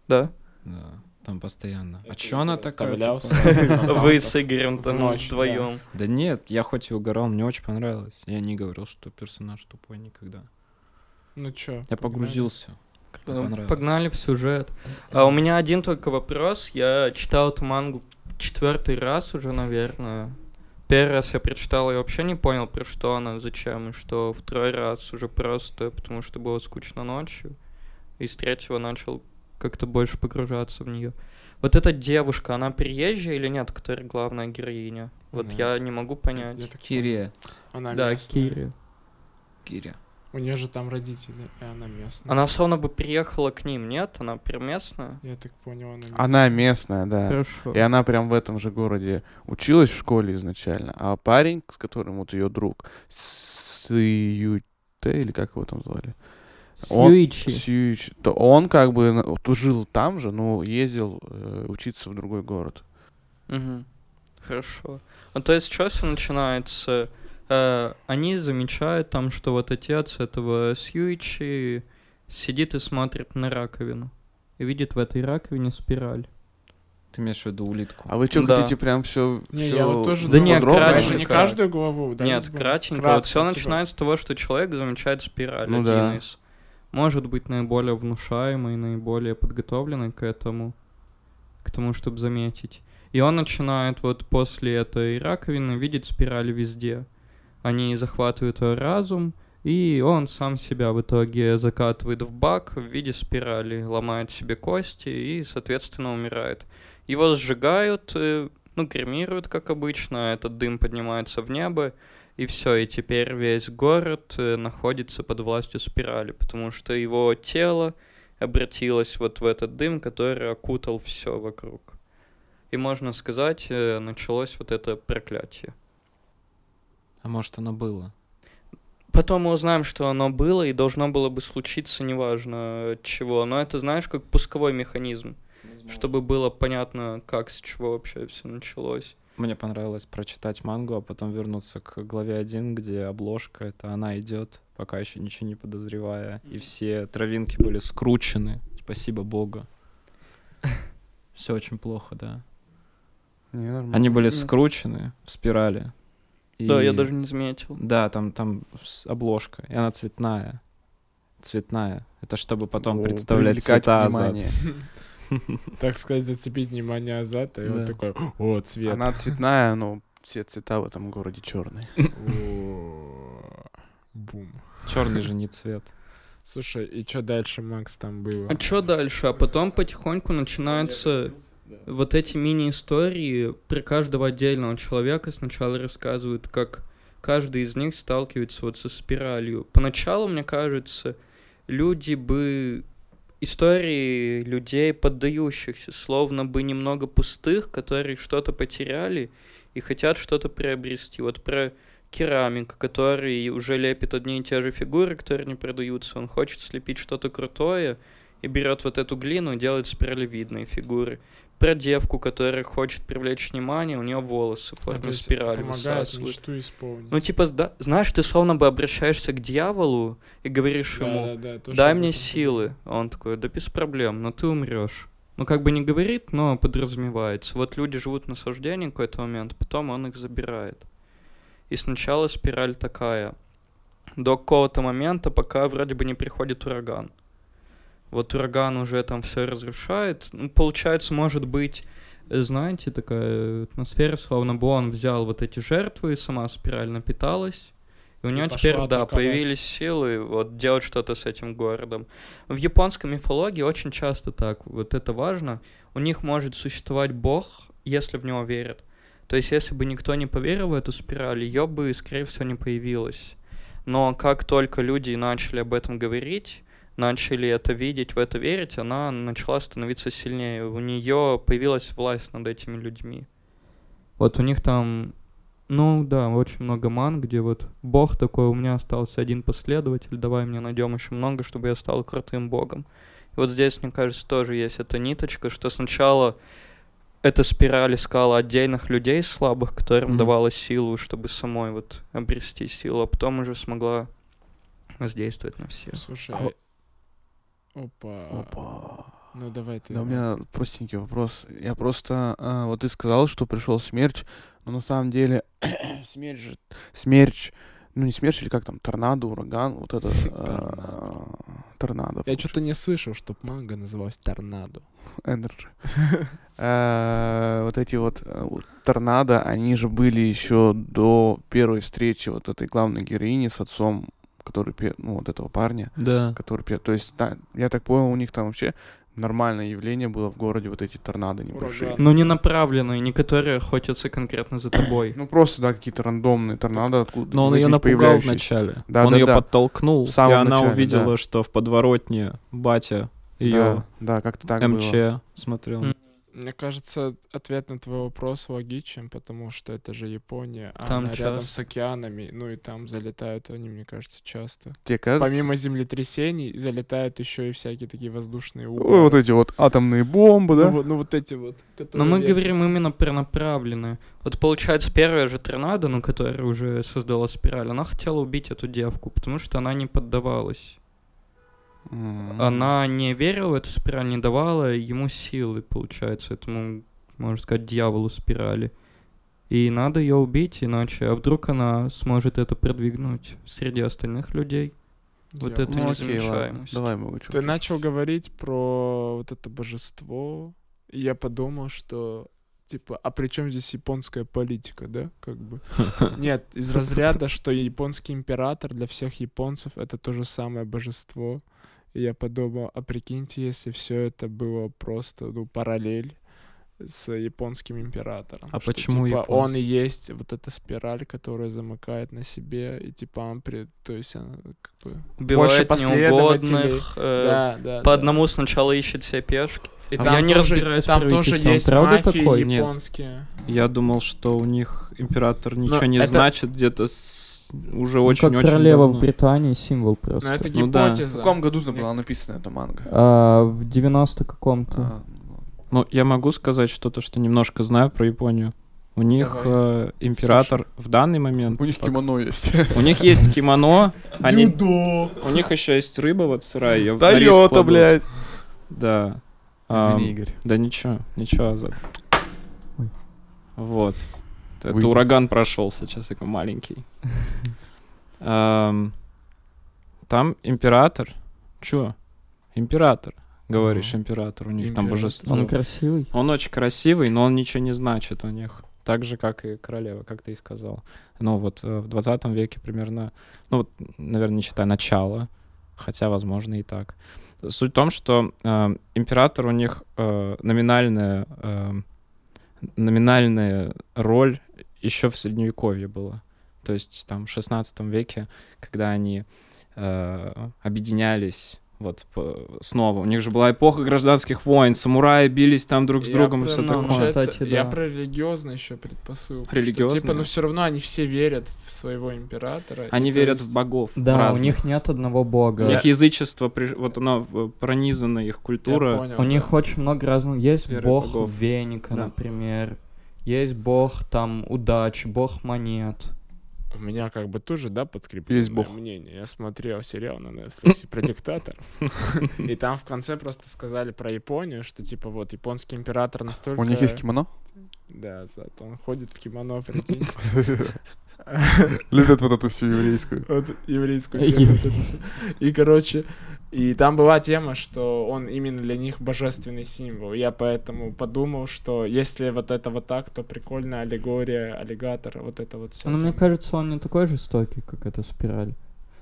S5: Да?
S2: Да, там постоянно. а
S1: Это
S2: чё она
S1: я
S2: такая
S1: оставлял
S2: тупая?»
S1: сразу на
S5: Вы
S1: аккаунтах.
S5: с Игорем
S1: Ну, В
S5: там
S1: ночь, да.
S5: вдвоем.
S2: Да нет, я хоть и угорал, мне очень понравилось. Я не говорил, что персонаж тупой никогда.
S1: Ну чё?
S2: Я погрузился. Мне понравилось.
S5: Погнали в сюжет. А у меня один только вопрос. Я читал эту мангу четвертый раз уже, наверное. Первый раз я прочитал и вообще не понял, про что она, зачем и что. Второй раз уже просто потому, что было скучно ночью. И с третьего начал как-то больше погружаться в нее. Вот эта девушка, она приезжая или нет, которая главная героиня? Вот
S1: Да.
S5: я не могу понять.
S1: Я так
S2: Кире.
S1: понял. Она
S5: да,
S1: местная.
S5: Кири.
S2: Кире.
S1: У нее же там родители, и она местная.
S5: Она словно бы приехала к ним, нет? Она приместная?
S1: Я так понял, она местная.
S3: Она местная, да.
S5: Хорошо.
S3: И она прям в этом же городе училась в школе изначально. А парень, с которым вот ее друг, Сьюте, или как его там звали? Он-
S5: Сьюичи.
S3: Сьюич. То он как бы на- вот жил там же, но ездил э, учиться в другой город.
S5: Угу. Хорошо. Ну, то есть, что все начинается? Э, они замечают там, что вот отец этого Сьюичи сидит и смотрит на раковину. И видит в этой раковине спираль.
S2: Ты имеешь в виду улитку?
S3: А вы что,
S5: Да.
S3: хотите прям все...
S1: Не, я вот тоже
S5: Да
S1: думал,
S5: не,
S1: подробно.
S5: кратенько.
S1: Это же не каждую главу, да?
S5: Нет,
S1: разбор?
S5: кратенько. Вот
S1: Кратко,
S5: все
S1: типа.
S5: начинается с того, что человек замечает спираль.
S3: Ну
S5: один
S3: да.
S5: из. Может быть, наиболее внушаемый, наиболее подготовленный к этому. К тому, чтобы заметить. И он начинает вот после этой раковины видеть спирали везде. Они захватывают её разум, И он сам себя в итоге закатывает в бак в виде спирали, ломает себе кости и, соответственно, умирает. Его сжигают, э, ну, кремируют, как обычно, этот дым поднимается в небо, и все, и теперь весь город э, находится под властью спирали, потому что его тело обратилось вот в этот дым, который окутал все вокруг. И можно сказать, э, началось вот это проклятие.
S2: А может, оно было?
S5: Потом мы узнаем, что оно было и должно было бы случиться, неважно от чего. Но это, знаешь, как пусковой механизм, чтобы было понятно, как, с чего вообще все началось.
S2: Мне понравилось прочитать мангу, а потом вернуться к главе 1, где обложка, это она идет, пока еще ничего не подозревая. И все травинки были скручены. Спасибо богу. Все очень плохо, да.
S3: Не, нормально.
S2: Они были
S5: Мгм.
S2: скручены в спирали. И-
S5: Ну, Да, я даже не заметил.
S2: Да, там, там с- обложка, и она цветная. Цветная. Это чтобы потом
S3: О,
S2: представлять
S3: привлекать
S2: цвета Азата.
S3: внимание.
S1: Так сказать, зацепить внимание Азата, и он
S2: Да.
S1: такой, о, цвет.
S3: Она цветная, но все цвета в этом городе черные.
S1: О, Бум.
S2: Черный же не цвет.
S1: Слушай, и что дальше, Макс, там было?
S5: А что дальше? А потом потихоньку начинаются вот эти мини-истории про каждого отдельного человека. Сначала рассказывают, как каждый из них сталкивается вот со спиралью. Поначалу, мне кажется, люди бы... Истории людей, поддающихся, словно бы немного пустых, которые что-то потеряли и хотят что-то приобрести. Вот про керамика, который уже лепит одни и те же фигуры, которые не продаются. Он хочет слепить что-то крутое, и берет вот эту глину и делает спиралевидные фигуры. Про девку, которая хочет привлечь внимание, у нее волосы в
S1: А, то
S5: форме
S1: есть
S5: спирали
S1: помогает
S5: высасывают.
S1: мечту исполнить.
S5: Ну, типа, да- знаешь, ты словно бы обращаешься к дьяволу и говоришь ему,
S1: да, то,
S5: дай
S1: что
S5: мне
S1: потом-
S5: силы. А Он такой, да без проблем, но ты умрешь. Ну, как бы не говорит, но подразумевается. Вот люди живут в наслаждении в какой-то момент, потом он их забирает. И сначала спираль такая. До какого-то момента, пока вроде бы не приходит ураган. Вот ураган уже там все разрушает. Ну, получается, может быть, э, знаете, такая атмосфера, словно бы он взял вот эти жертвы, и сама спираль напиталась. И у
S1: И
S5: него
S1: пошла
S5: теперь, да,
S1: атаковать.
S5: появились силы вот делать что-то с этим городом. В японской мифологии очень часто так, вот это важно. У них может существовать бог, если в него верят. То есть, если бы никто не поверил в эту спираль, ее бы, скорее всего, не появилось. Но как только люди начали об этом говорить, начали это видеть, в это верить, она начала становиться сильнее. У нее появилась власть над этими людьми. Вот у них там, ну да, очень много ман, где вот бог такой, у меня остался один последователь, давай мне найдем еще много, чтобы я стал крутым богом. И вот здесь, мне кажется, тоже есть эта ниточка, что сначала эта спираль искала отдельных людей слабых, которым
S2: Мгм.
S5: давала силу, чтобы самой вот обрести силу, а потом уже смогла воздействовать на всех.
S1: Слушай,
S3: А-
S1: опа.
S3: Опа.
S1: Ну давай ты.
S3: Да, у меня простенький вопрос. Я просто... а, вот ты сказал, что пришел смерч, но на самом деле смерч, же- смерч, ну не смерч, или как там, торнадо, ураган, вот это... а, Торнадо.
S1: Я что-то не слышал, чтоб манга называлась Торнадо.
S3: Energy. Э, Вот эти вот э, у- торнадо, они же были еще до первой встречи вот этой главной героини с отцом, который, пе- ну, вот этого парня,
S2: Да.
S3: который, пе- то есть, та- я так понял, у них там вообще нормальное явление было в городе, вот эти торнадо небольшие.
S1: Ураган.
S5: Ну, не направленные, не которые охотятся конкретно за тобой.
S3: Ну, просто, да, какие-то рандомные торнадо, откуда
S2: Но он ее напугал вначале.
S3: Да,
S2: он
S3: да,
S2: ее
S3: да.
S2: подтолкнул,
S3: В самом
S2: и она
S3: начале,
S2: увидела, что в подворотне батя ее
S3: Да, да, как-то так
S2: МЧ
S3: было.
S2: смотрел.
S5: М.
S1: Мне кажется, ответ на твой вопрос логичен, потому что это же Япония, а
S5: Там
S1: она рядом
S5: часто.
S1: с океанами, ну и там залетают они, мне кажется, часто.
S3: Тебе кажется?
S1: Помимо землетрясений залетают еще и всякие такие воздушные
S3: Ой,
S1: угрозы.
S3: вот эти вот атомные бомбы,
S1: ну,
S3: да?
S1: вот, ну вот эти вот.
S5: Но
S1: которые
S5: мы
S1: вертятся.
S5: говорим именно про направленные. Вот получается, первая же торнадо, ну, которая уже создала спираль, она хотела убить эту девку, потому что она не поддавалась.
S3: М.
S5: Она не верила в эту спираль, не давала ему силы, получается, этому, можно сказать, дьяволу спирали. И надо ее убить, иначе, а вдруг она сможет это продвигнуть среди остальных людей? вот
S1: Дьявол.
S3: Ну,
S5: это
S3: окей,
S5: не
S3: ладно.
S5: замечаемость.
S3: Давай, могу
S1: Ты начал говорить про вот это божество, и я подумал, что типа, а при чем здесь японская политика, да, как бы? Нет, из разряда, что японский император для всех японцев это то же самое божество. И я подумал, а прикиньте, если все это было просто, ну, параллель с японским императором.
S2: А почему
S1: типа,
S2: японский?
S1: он и есть вот эта спираль, которая замыкает на себе, и типа он пред, то есть она как бы больше
S5: Убивает
S1: последователей.
S5: неугодных. э,
S1: да, да,
S5: По
S1: да.
S5: одному сначала ищет себе пешки.
S1: И
S5: А
S1: там
S5: я не
S1: тоже,
S5: разбираюсь в
S1: там
S5: правительстве,
S1: тоже
S5: он
S1: есть
S5: правда
S1: мафии
S5: такой?
S2: Нет.
S1: японские.
S2: Я думал, что у них император ничего не
S1: это-
S2: значит где-то с- уже
S6: Ну,
S2: очень-очень
S6: как королева
S2: давно.
S6: в Британии символ просто.
S1: Но это
S2: Ну да.
S1: гипотеза.
S3: В каком году была написана эта манга?
S6: А, в 90 каком-то.
S3: А, ну ладно.
S2: Ну, я могу сказать что-то, что немножко знаю про Японию. У них э, император в данный момент...
S3: У них
S2: пока-
S3: кимоно есть.
S2: У них есть кимоно, они,
S3: Юдо!
S2: у них еще есть рыба вот сырая, ее в на рис
S3: Тойота,
S2: кладут.
S3: блядь!
S2: Да. Ам,
S3: Извини, Игорь.
S2: Да ничего, ничего, Азат.
S6: Ой.
S2: Вот. Это
S3: Вы-
S2: ураган прошел сейчас, такой маленький. Ам, Там император. Чё? Император. Говоришь, император. У них там
S1: Император.
S2: божество.
S5: Ну,
S1: ну,
S6: Он красивый.
S2: Он очень красивый, но он ничего не значит у них. Так же, как и королева, как ты и сказал. Ну вот э, в 20 веке примерно, ну вот, наверное, не считая начало, хотя, возможно, и так. Суть в том, что э, император у них э, номинальная, э, номинальная роль еще в Средневековье была. То есть там в 16 веке, когда они э, объединялись вот по- снова. У них же была эпоха гражданских войн, самураи бились там друг с
S1: Я
S2: другом,
S1: про-
S2: все
S1: ну,
S2: такое.
S1: получается,
S6: Кстати,
S1: Я
S6: да.
S1: про религиозные еще предпосылки.
S2: Религиозные?
S1: Что, типа, ну все равно они все верят в своего императора.
S2: Они
S1: и то
S2: верят
S1: есть-
S2: в богов.
S6: Да,
S2: разных.
S6: у них нет одного бога.
S2: У них язычество, при- вот оно э, пронизано их
S1: Я
S2: культура.
S1: понял,
S6: У
S1: да.
S6: них очень много разных. Есть
S2: Веры
S6: бог
S2: богов.
S6: веника,
S2: Да.
S6: например. Есть бог там удачи, бог монет.
S1: У меня как бы тоже, да, подкрепленное
S3: Есть бог.
S1: мнение. Я смотрел сериал на Netflix про диктаторов. И там в конце просто сказали про Японию, что типа вот японский император настолько...
S3: У них есть кимоно?
S1: Да, зато он ходит в кимоно, прикиньте.
S3: Любят вот эту всю еврейскую.
S1: Вот еврейскую тему. вот эту всю. И, короче, и там была тема, что он именно для них божественный символ. Я поэтому подумал, что если вот это вот так, то прикольная аллегория аллигатора, вот это вот все.
S6: Но Ну, мне кажется, он не такой жестокий, как эта спираль.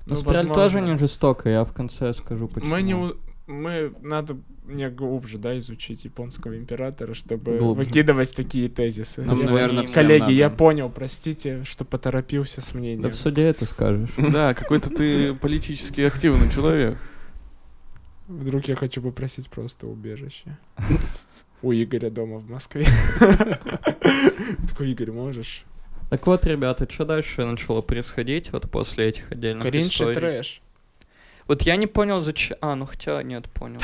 S6: Но спираль тоже не жестокая, я в конце скажу почему.
S1: Мы Ну, не... у- Мы... Надо мне глубже, да, изучить японского императора, чтобы
S6: Глубже.
S1: выкидывать такие тезисы.
S2: Нам,
S1: Я-
S2: наверное,
S5: Коллеги,
S2: всем
S1: Коллеги,
S2: надо.
S1: я понял, простите, что поторопился с
S6: Да
S1: мнением.
S6: в суде это скажешь.
S3: Да, какой-то ты политически активный человек.
S1: Вдруг я хочу попросить просто убежище. У Игоря дома в Москве. Такой, Игорь, можешь?
S5: Так вот, ребята, что дальше начало происходить вот после этих отдельных
S1: Кринж и
S5: историй?
S1: трэш.
S5: Вот я не понял, зачем... А, ну хотя, нет, понял.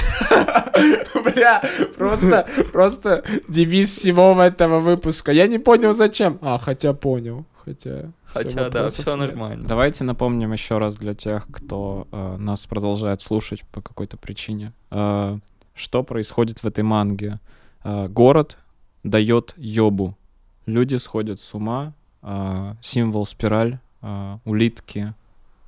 S1: Бля, просто, просто девиз всего этого выпуска. Я не понял, зачем. А, хотя понял. Хотя... всё,
S5: Хотя, да,
S1: вопросов
S5: все
S1: нет.
S5: нормально.
S2: Давайте напомним еще раз для тех, кто э, нас продолжает слушать по какой-то причине, э, что происходит в этой манге. Э, город дает ёбу. Люди сходят с ума. э, символ спираль, э, улитки.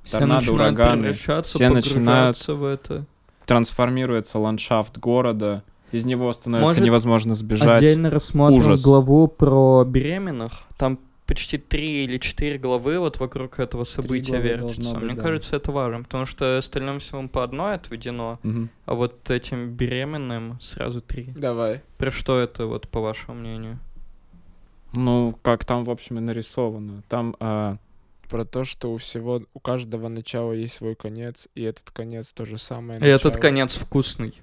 S5: Все
S2: Торнадо,
S5: начинают
S2: ураганы.
S5: превращаться,
S2: Все начинают-
S5: погружаться в это.
S2: Трансформируется ландшафт города. Из него становится
S5: Может,
S2: невозможно сбежать.
S6: Отдельно рассмотрим
S2: Ужас.
S6: главу про...
S5: Беременных, там почти три или четыре главы вот вокруг этого события
S2: главы
S5: вертятся.
S2: должно быть,
S5: Мне
S2: да.
S5: кажется, это важно, потому что остальным всем по одной отведено,
S2: Мгм.
S5: а вот этим беременным сразу три.
S1: Давай.
S5: Про что это вот, по вашему мнению?
S2: Ну, как там, в общем, и нарисовано. Там э,
S1: Про то, что у всего, у каждого начала есть свой конец, и этот конец то же самое.
S5: И этот
S1: начало.
S5: конец вкусный.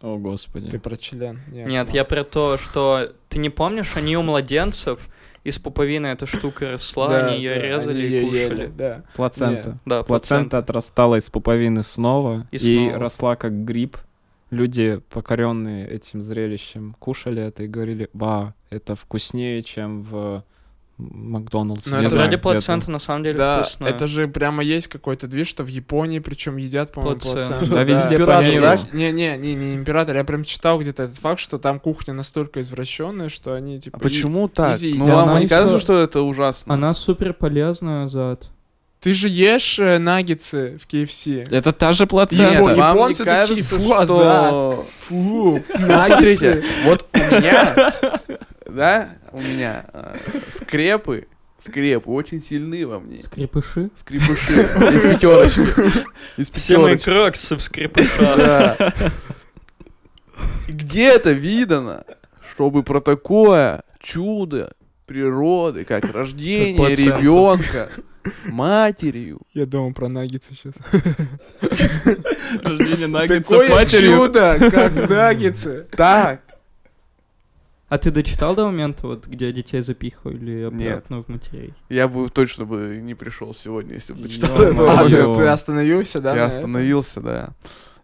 S2: О, господи.
S1: Ты про член. Нет,
S5: Нет, я
S1: Макс.
S5: про то, что ты не помнишь, они у младенцев из пуповины эта штука росла,
S1: Да,
S5: они ее
S1: да,
S5: резали
S1: они
S5: и
S1: её
S5: кушали.
S1: ели, Да.
S2: Плацента.
S1: Не.
S5: Да,
S2: Плацента отрастала из пуповины снова и,
S5: И снова.
S2: росла как гриб. Люди, покоренные этим зрелищем, кушали это и говорили, ба, это вкуснее, чем в Макдоналдсе.
S1: Ну,
S2: Не
S1: это
S2: знаю,
S5: Вроде
S2: где-то.
S5: плацента на самом деле
S1: Да,
S5: вкусная.
S1: это же прямо есть какой-то движ, что в Японии причем едят, по-моему,
S5: Плаценту.
S1: плаценту.
S2: Да везде
S3: Пираты,
S2: по миру.
S3: да?
S1: Не, не, не, не император. Я прям читал где-то этот факт, что там кухня настолько извращенная, что они типа.
S3: А
S1: и-
S3: почему так?
S1: изи,
S3: Ну
S1: да,
S3: вам
S6: она
S3: не
S6: ещё-
S3: кажется, что это ужасно?
S6: Она супер полезная, Зад.
S1: Ты же ешь э, наггетсы в KFC.
S2: Это та же
S1: Нет,
S2: плацента.
S1: Япон-
S3: вам не
S1: японцы такие,
S3: кажется,
S1: «Фу, Азат».
S3: что-
S1: Фу,
S3: Смотрите,
S1: наггетсы.
S3: вот у меня да, у меня э, скрепы, скрепы очень сильны во мне.
S7: Скрипыши?
S3: Скрипыши из пятерочек. Из
S5: Все мои
S3: пятерочек.
S5: кроксы в скрипышах.
S3: Да. Где это видано, чтобы про такое чудо природы, как рождение
S5: Плацента.
S3: ребенка матерью,
S1: Я думал про наггетсы сейчас.
S2: Рождение наггетсов
S1: Такое
S2: матерью.
S1: чудо, как наггетсы.
S3: так
S7: А ты дочитал до момента, вот, где детей запихивали
S3: Нет.
S7: обратно в матерей?
S3: я бы точно бы не пришел сегодня, если бы дочитал
S5: Ну,
S2: Ё-моё.
S3: этого.
S1: А, ты
S2: Ё.
S1: ты остановился, да?
S3: Я
S1: на этом?
S3: остановился, да.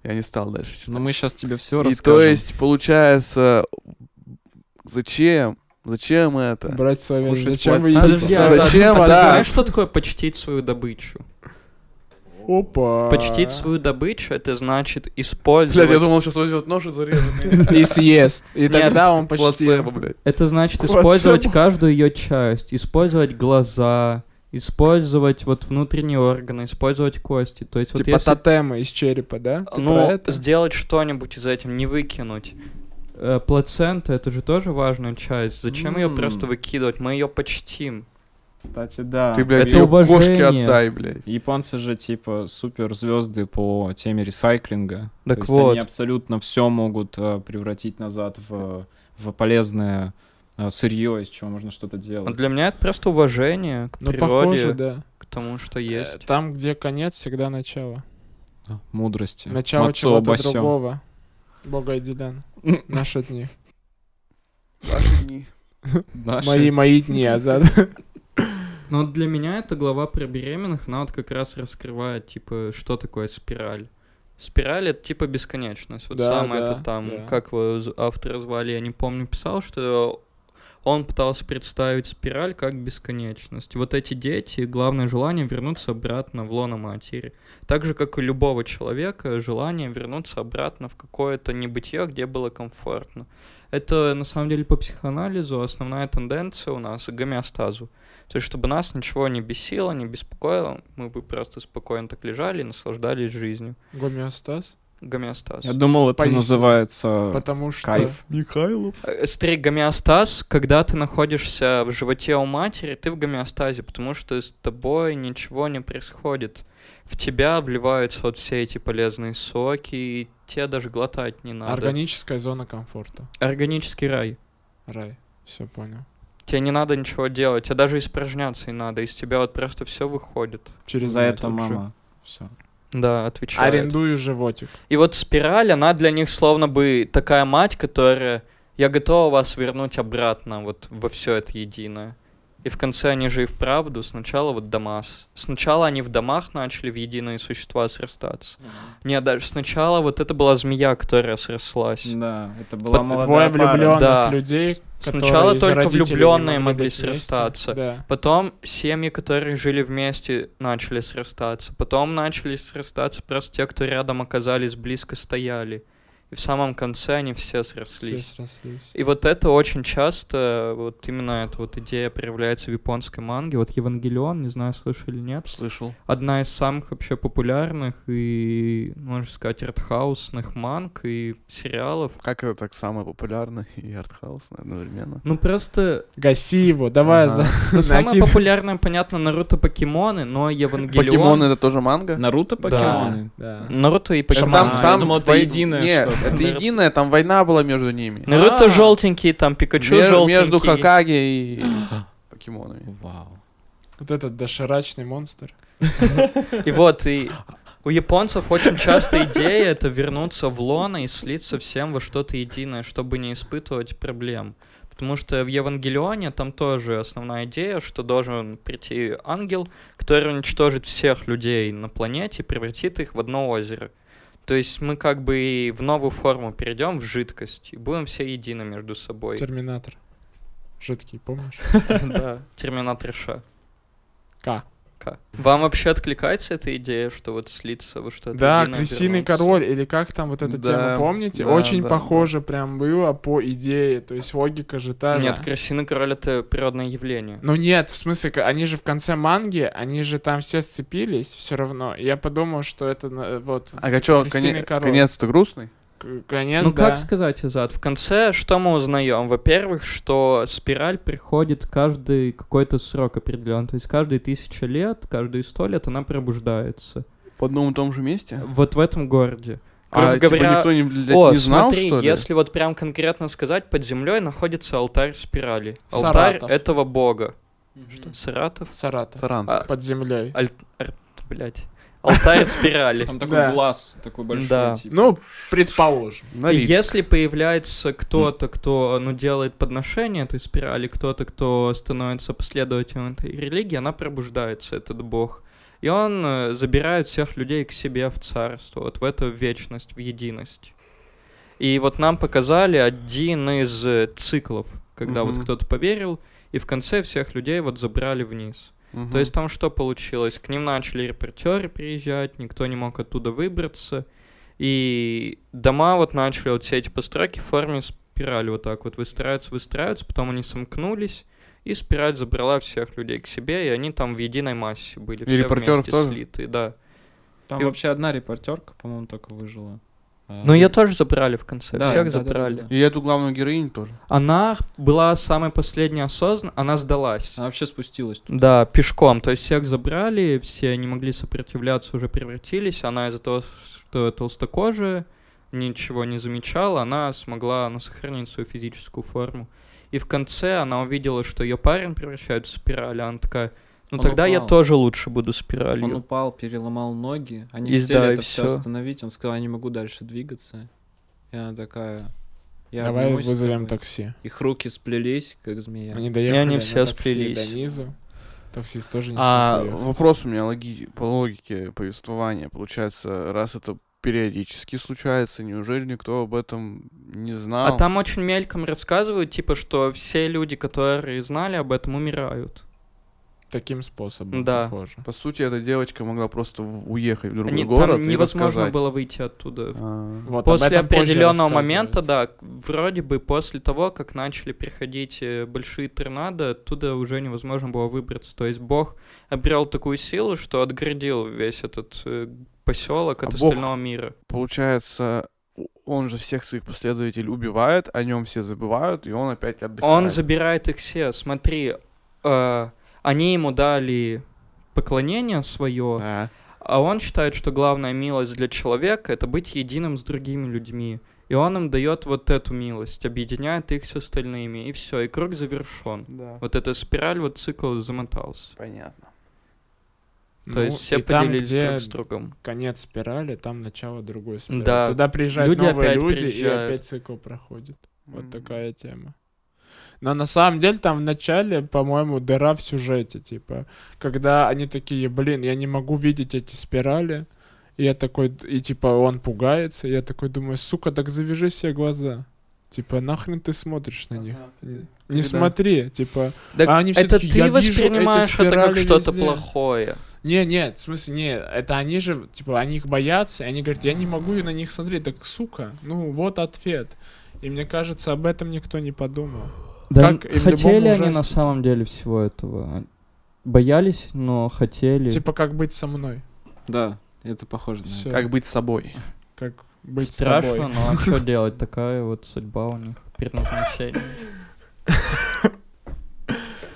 S3: Я не стал дальше читать.
S2: Но мы сейчас тебе все
S3: И то
S2: расскажем.
S3: есть, получается, зачем? Зачем это?
S1: Брать совет.
S2: Кушать
S1: Зачем вы
S2: плаценту.
S1: едите
S7: Подожди, а
S1: совет?
S3: зачем?
S7: А
S3: Да.
S7: Знаешь, что такое почтить свою добычу? А.
S1: Опа.
S5: Почтить свою добычу, это значит использовать...
S3: Блядь, я думал, сейчас возьмет нож и зарежет меня.
S1: И съест. И тогда он почти...
S3: Плацебо, блядь.
S7: Это значит
S1: Плацебо.
S7: использовать каждую ее часть, использовать глаза, использовать вот внутренние органы, использовать кости. То есть вот
S1: Типа
S7: если
S1: тотема из черепа, да? Ты про
S5: Ну,
S1: это?
S5: сделать что-нибудь из этим, не выкинуть.
S7: э, плацента, это же тоже важная часть. Зачем ее
S2: М.
S5: Просто выкидывать, мы ее почтим.
S2: Кстати, да.
S3: Ты, блядь,
S7: Это
S3: ее кошки
S7: уважение.
S3: отдай, блядь.
S2: Японцы же типа суперзвезды по теме ресайклинга.
S7: Так
S2: То есть
S7: вот.
S2: они абсолютно все могут э, превратить назад в, в полезное э, сырье, из чего можно что-то
S5: А
S2: делать.
S5: Для меня это просто уважение к
S1: Ну,
S5: природе,
S1: похоже, да.
S5: к тому, что
S1: Э,
S5: есть.
S1: Там, где конец, всегда начало.
S2: Да, Мудрости.
S1: Начало
S2: Мацо
S1: чего-то
S2: Басё.
S1: другого. Бога и Дидан. Наши дни.
S2: Наши-
S1: Мои, мои дни, а за...
S7: Но вот для меня эта глава про беременных, она вот как раз раскрывает, типа, что такое спираль.
S5: Спираль это типа бесконечность. Вот
S1: Да,
S5: самое
S1: да,
S5: это там,
S1: да.
S5: как его з- автора звали, я не помню, писал, что он пытался представить спираль как бесконечность. Вот эти дети, главное желание вернуться обратно в лоно матери. Так же, как и любого человека, желание вернуться обратно в какое-то небытие, где было комфортно. Это, на самом деле, по психоанализу основная тенденция у нас к гомеостазу. То есть, чтобы нас ничего не бесило, не беспокоило, мы бы просто спокойно так лежали и наслаждались жизнью.
S1: Гомеостаз.
S5: Гомеостаз.
S2: Я думал, это
S1: Поистине.
S2: называется
S1: Потому что...
S2: кайф.
S3: Михайлов.
S5: Э, Стрей гомеостаз, когда ты находишься в животе у матери, ты в гомеостазе, потому что с тобой ничего не происходит. В тебя вливаются вот все эти полезные соки, и тебе даже глотать не надо.
S1: Органическая зона комфорта.
S5: Органический рай.
S1: Рай. Все понял.
S5: Тебе не надо ничего делать, тебе даже испражняться не надо, из тебя вот просто все выходит.
S1: Через
S2: За это
S1: Netflix.
S2: мама. Все.
S5: Да, отвечаю.
S1: Арендую животик.
S5: И вот спираль, она для них словно бы такая мать, которая я готова вас вернуть обратно вот во все это единое. И в конце они же и вправду сначала вот Дамас. Сначала они в домах начали в единые существа срастаться. Нет, даже сначала вот это была змея, которая срослась.
S2: Да, это была
S5: Под-
S1: Двое
S2: молодая
S1: влюбленных
S5: Да.
S1: людей, которые
S5: Сначала
S1: из-за
S5: только
S1: родителей не
S5: влюбленные могли
S1: быть вместе.
S5: срастаться.
S1: Да.
S5: Потом семьи, которые жили вместе, начали срастаться. Потом начали срастаться просто те, кто рядом оказались, близко стояли. И в самом конце они все
S1: Все
S5: срослись.
S1: срослись.
S5: И вот это очень часто, вот именно эта вот идея проявляется в японской манге.
S7: Вот Евангелион, не знаю, слышали или нет,
S3: Слышал.
S7: одна из самых вообще популярных и, можно сказать, артхаусных манг и сериалов.
S3: Как это так самое популярное и артхаусное одновременно?
S7: Ну просто
S1: Гаси его, давай
S3: Ага.
S1: за...
S7: Ну, самое
S1: Накид.
S7: популярное, понятно, Наруто покемоны, но Евангелион...
S3: Покемон это тоже манга?
S2: Наруто покемоны.
S1: Да.
S5: Наруто и
S2: Это
S3: Там-
S5: покемоны.
S2: А, я
S3: там
S2: думал, это
S3: вой-
S2: единое
S3: Нет,
S2: что-то.
S3: это единое, там война была между ними.
S5: Наруто
S2: А.
S5: желтенький, там Пикачу
S3: Мер-
S5: желтенький.
S3: Между Хакаги и покемонами.
S2: Вау.
S1: Вот этот доширачный монстр.
S5: И вот, и у японцев очень часто идея это вернуться в лоно и слиться всем во что-то единое, чтобы не испытывать проблем. Потому что в Евангелионе там тоже основная идея, что должен прийти ангел, который уничтожит всех людей на планете и превратит их в одно озеро. То есть мы как бы и в новую форму перейдем, в жидкость, и будем все едины между собой.
S1: Терминатор. Жидкий, помнишь?
S5: Да, Терминатор Ша.
S1: К.
S5: К. Вам вообще откликается эта идея, что вот слиться во что-то
S1: Да,
S5: единое,
S1: крысиный
S5: вернуться?
S1: король, или как там вот эта
S3: Да,
S1: тема, помните?
S3: да,
S1: Очень
S3: да,
S1: похоже прям было по идее, то есть логика же та же.
S5: Нет, крысиный король это природное явление.
S1: Ну нет, в смысле, к- они же в конце манги, они же там все сцепились все равно. Я подумал, что это на- вот...
S3: А чё,
S1: Крысиный
S3: коне-
S1: король.
S3: конец-то грустный?
S1: К- Конец,
S5: Ну
S1: да.
S5: как сказать, Азат? В конце что мы узнаем? Во-первых, что спираль приходит каждый какой-то срок определенный. То есть каждые тысяча лет, каждые сто лет она пробуждается.
S3: В одном и том же месте?
S5: Вот в этом городе. Грубо
S3: А типа,
S5: говоря,
S3: никто не, блядь,
S5: О,
S3: не знал,
S5: смотри,
S3: что ли?
S5: если вот прям конкретно сказать, под землей находится алтарь спирали.
S1: Саратов.
S5: Алтарь этого бога.
S3: Мгм.
S5: Что? Саратов?
S1: Саратов.
S3: Саранск.
S5: А,
S1: Под землей.
S5: Аль... ар- Блядь. Алтарь спирали.
S2: Там
S1: Да.
S2: такой глаз, такой
S5: Да.
S2: большой, типа.
S1: Ну, предположим.
S5: И
S3: Норильск.
S5: если появляется кто-то, кто ну, делает подношение этой спирали, кто-то, кто становится последователем этой религии, она пробуждается, этот бог. И он э, забирает всех людей к себе в царство, вот в эту вечность, в единость. И вот нам показали один из э, циклов, когда вот
S3: Мгм.
S5: кто-то поверил, и в конце всех людей вот забрали вниз.
S3: Мгм.
S5: То есть там что получилось? К ним начали репортеры приезжать, никто не мог оттуда выбраться. И дома вот начали вот все эти постройки в форме спирали вот так вот выстраиваться, выстраиваться, потом они сомкнулись, и спираль забрала всех людей к себе, и они там в единой массе были, все
S3: репортеров
S5: вместе
S3: тоже?
S5: слиты, да.
S2: Там
S5: и вот-
S2: вообще одна репортерка, по-моему, только выжила. А,
S5: Но ее Ну, тоже забрали в конце,
S2: Да,
S5: всех
S2: да, да, да,
S5: забрали.
S2: да.
S3: И эту главную героиню тоже.
S5: Она была самой последней осознанной, она сдалась.
S2: Она вообще спустилась. тут.
S5: Да, пешком. То есть всех забрали, все не могли сопротивляться, уже превратились. Она из-за того, что толстокожая, ничего не замечала, она смогла ну, сохранить свою физическую форму. И в конце она увидела, что ее парень превращает в спираль, а она такая, ну
S2: Он
S5: тогда я
S2: упал.
S5: тоже лучше буду спиралью.
S2: Он упал, переломал ноги. Они
S5: И
S2: хотели
S5: да, и
S2: это все
S5: всё.
S2: остановить. Он сказал, я не могу дальше двигаться. И она такая... Я
S1: Давай
S2: обнимусь с
S1: вызовем
S2: тобой».
S1: такси.
S2: Их руки сплелись, как змея.
S1: Они доехали
S5: они
S1: на
S5: все
S1: такси
S5: сплелись.
S1: до низу. Таксист тоже не
S3: А
S1: смог уехать.
S3: вопрос у меня логи- по логике повествования. Получается, раз это периодически случается, неужели никто об этом не
S5: А
S3: знал?
S5: там очень мельком рассказывают, типа, что все люди, которые знали об этом, умирают.
S1: Таким способом,
S5: Да.
S1: похоже.
S3: По сути, эта девочка могла просто в- уехать в другой
S5: Они,
S3: город
S5: там
S3: и
S5: невозможно
S3: рассказать.
S5: было выйти оттуда.
S3: А,
S1: Вот, об
S5: После
S1: этом позже
S5: определенного момента,
S1: рассказывается.
S5: да, вроде бы после того, как начали приходить э, большие торнадо, оттуда уже невозможно было выбраться. То есть Бог обрел такую силу, что отгородил весь этот э, поселок от
S3: А Бог-
S5: остального мира.
S3: Получается, у- он же всех своих последователей убивает, о нем все забывают, и он опять отдыхает.
S5: Он забирает их все. Смотри, э, они ему дали поклонение свое,
S3: Да.
S5: а он считает, что главная милость для человека это быть единым с другими людьми. И он им дает вот эту милость, объединяет их с остальными, и все, и круг завершен.
S3: Да.
S5: Вот эта спираль, вот цикл замотался.
S3: Понятно.
S5: То есть
S1: Ну,
S5: все
S1: и там,
S5: поделились
S1: где
S5: друг с другом.
S1: конец спирали, там начало другой спирали.
S5: Да.
S1: Туда приезжают
S5: Люди
S1: новые
S5: опять
S1: люди,
S5: приезжают.
S1: и опять цикл проходит. Вот такая тема. Но на самом деле там в начале, по-моему, дыра в сюжете, типа, когда они такие, блин, я не могу видеть эти спирали, и я такой, д- и типа он пугается, и я такой думаю, сука, так завяжи себе глаза. Типа, нахрен ты смотришь на них? Н- Не
S3: Да.
S1: смотри, типа.
S5: Так
S1: А они все
S5: это
S1: такие,
S5: ты
S1: «Я вижу эти
S5: воспринимаешь это как
S1: спирали
S5: что-то
S1: везде».
S5: плохое.
S1: Не, нет, в смысле, не, это они же, типа, они их боятся, и они говорят, я не могу на них смотреть, так сука, ну вот ответ. И мне кажется, об этом никто не подумал. Да, Как и в любом хотели они на ужастике.
S5: самом деле всего этого? Боялись, но хотели.
S1: Типа, как быть со мной?
S2: Да, это похоже на
S1: Всё.
S2: это.
S3: Как быть собой?
S1: Как быть с
S5: Страшно,
S1: тобой?
S5: но а что делать? Такая вот судьба у них, предназначение.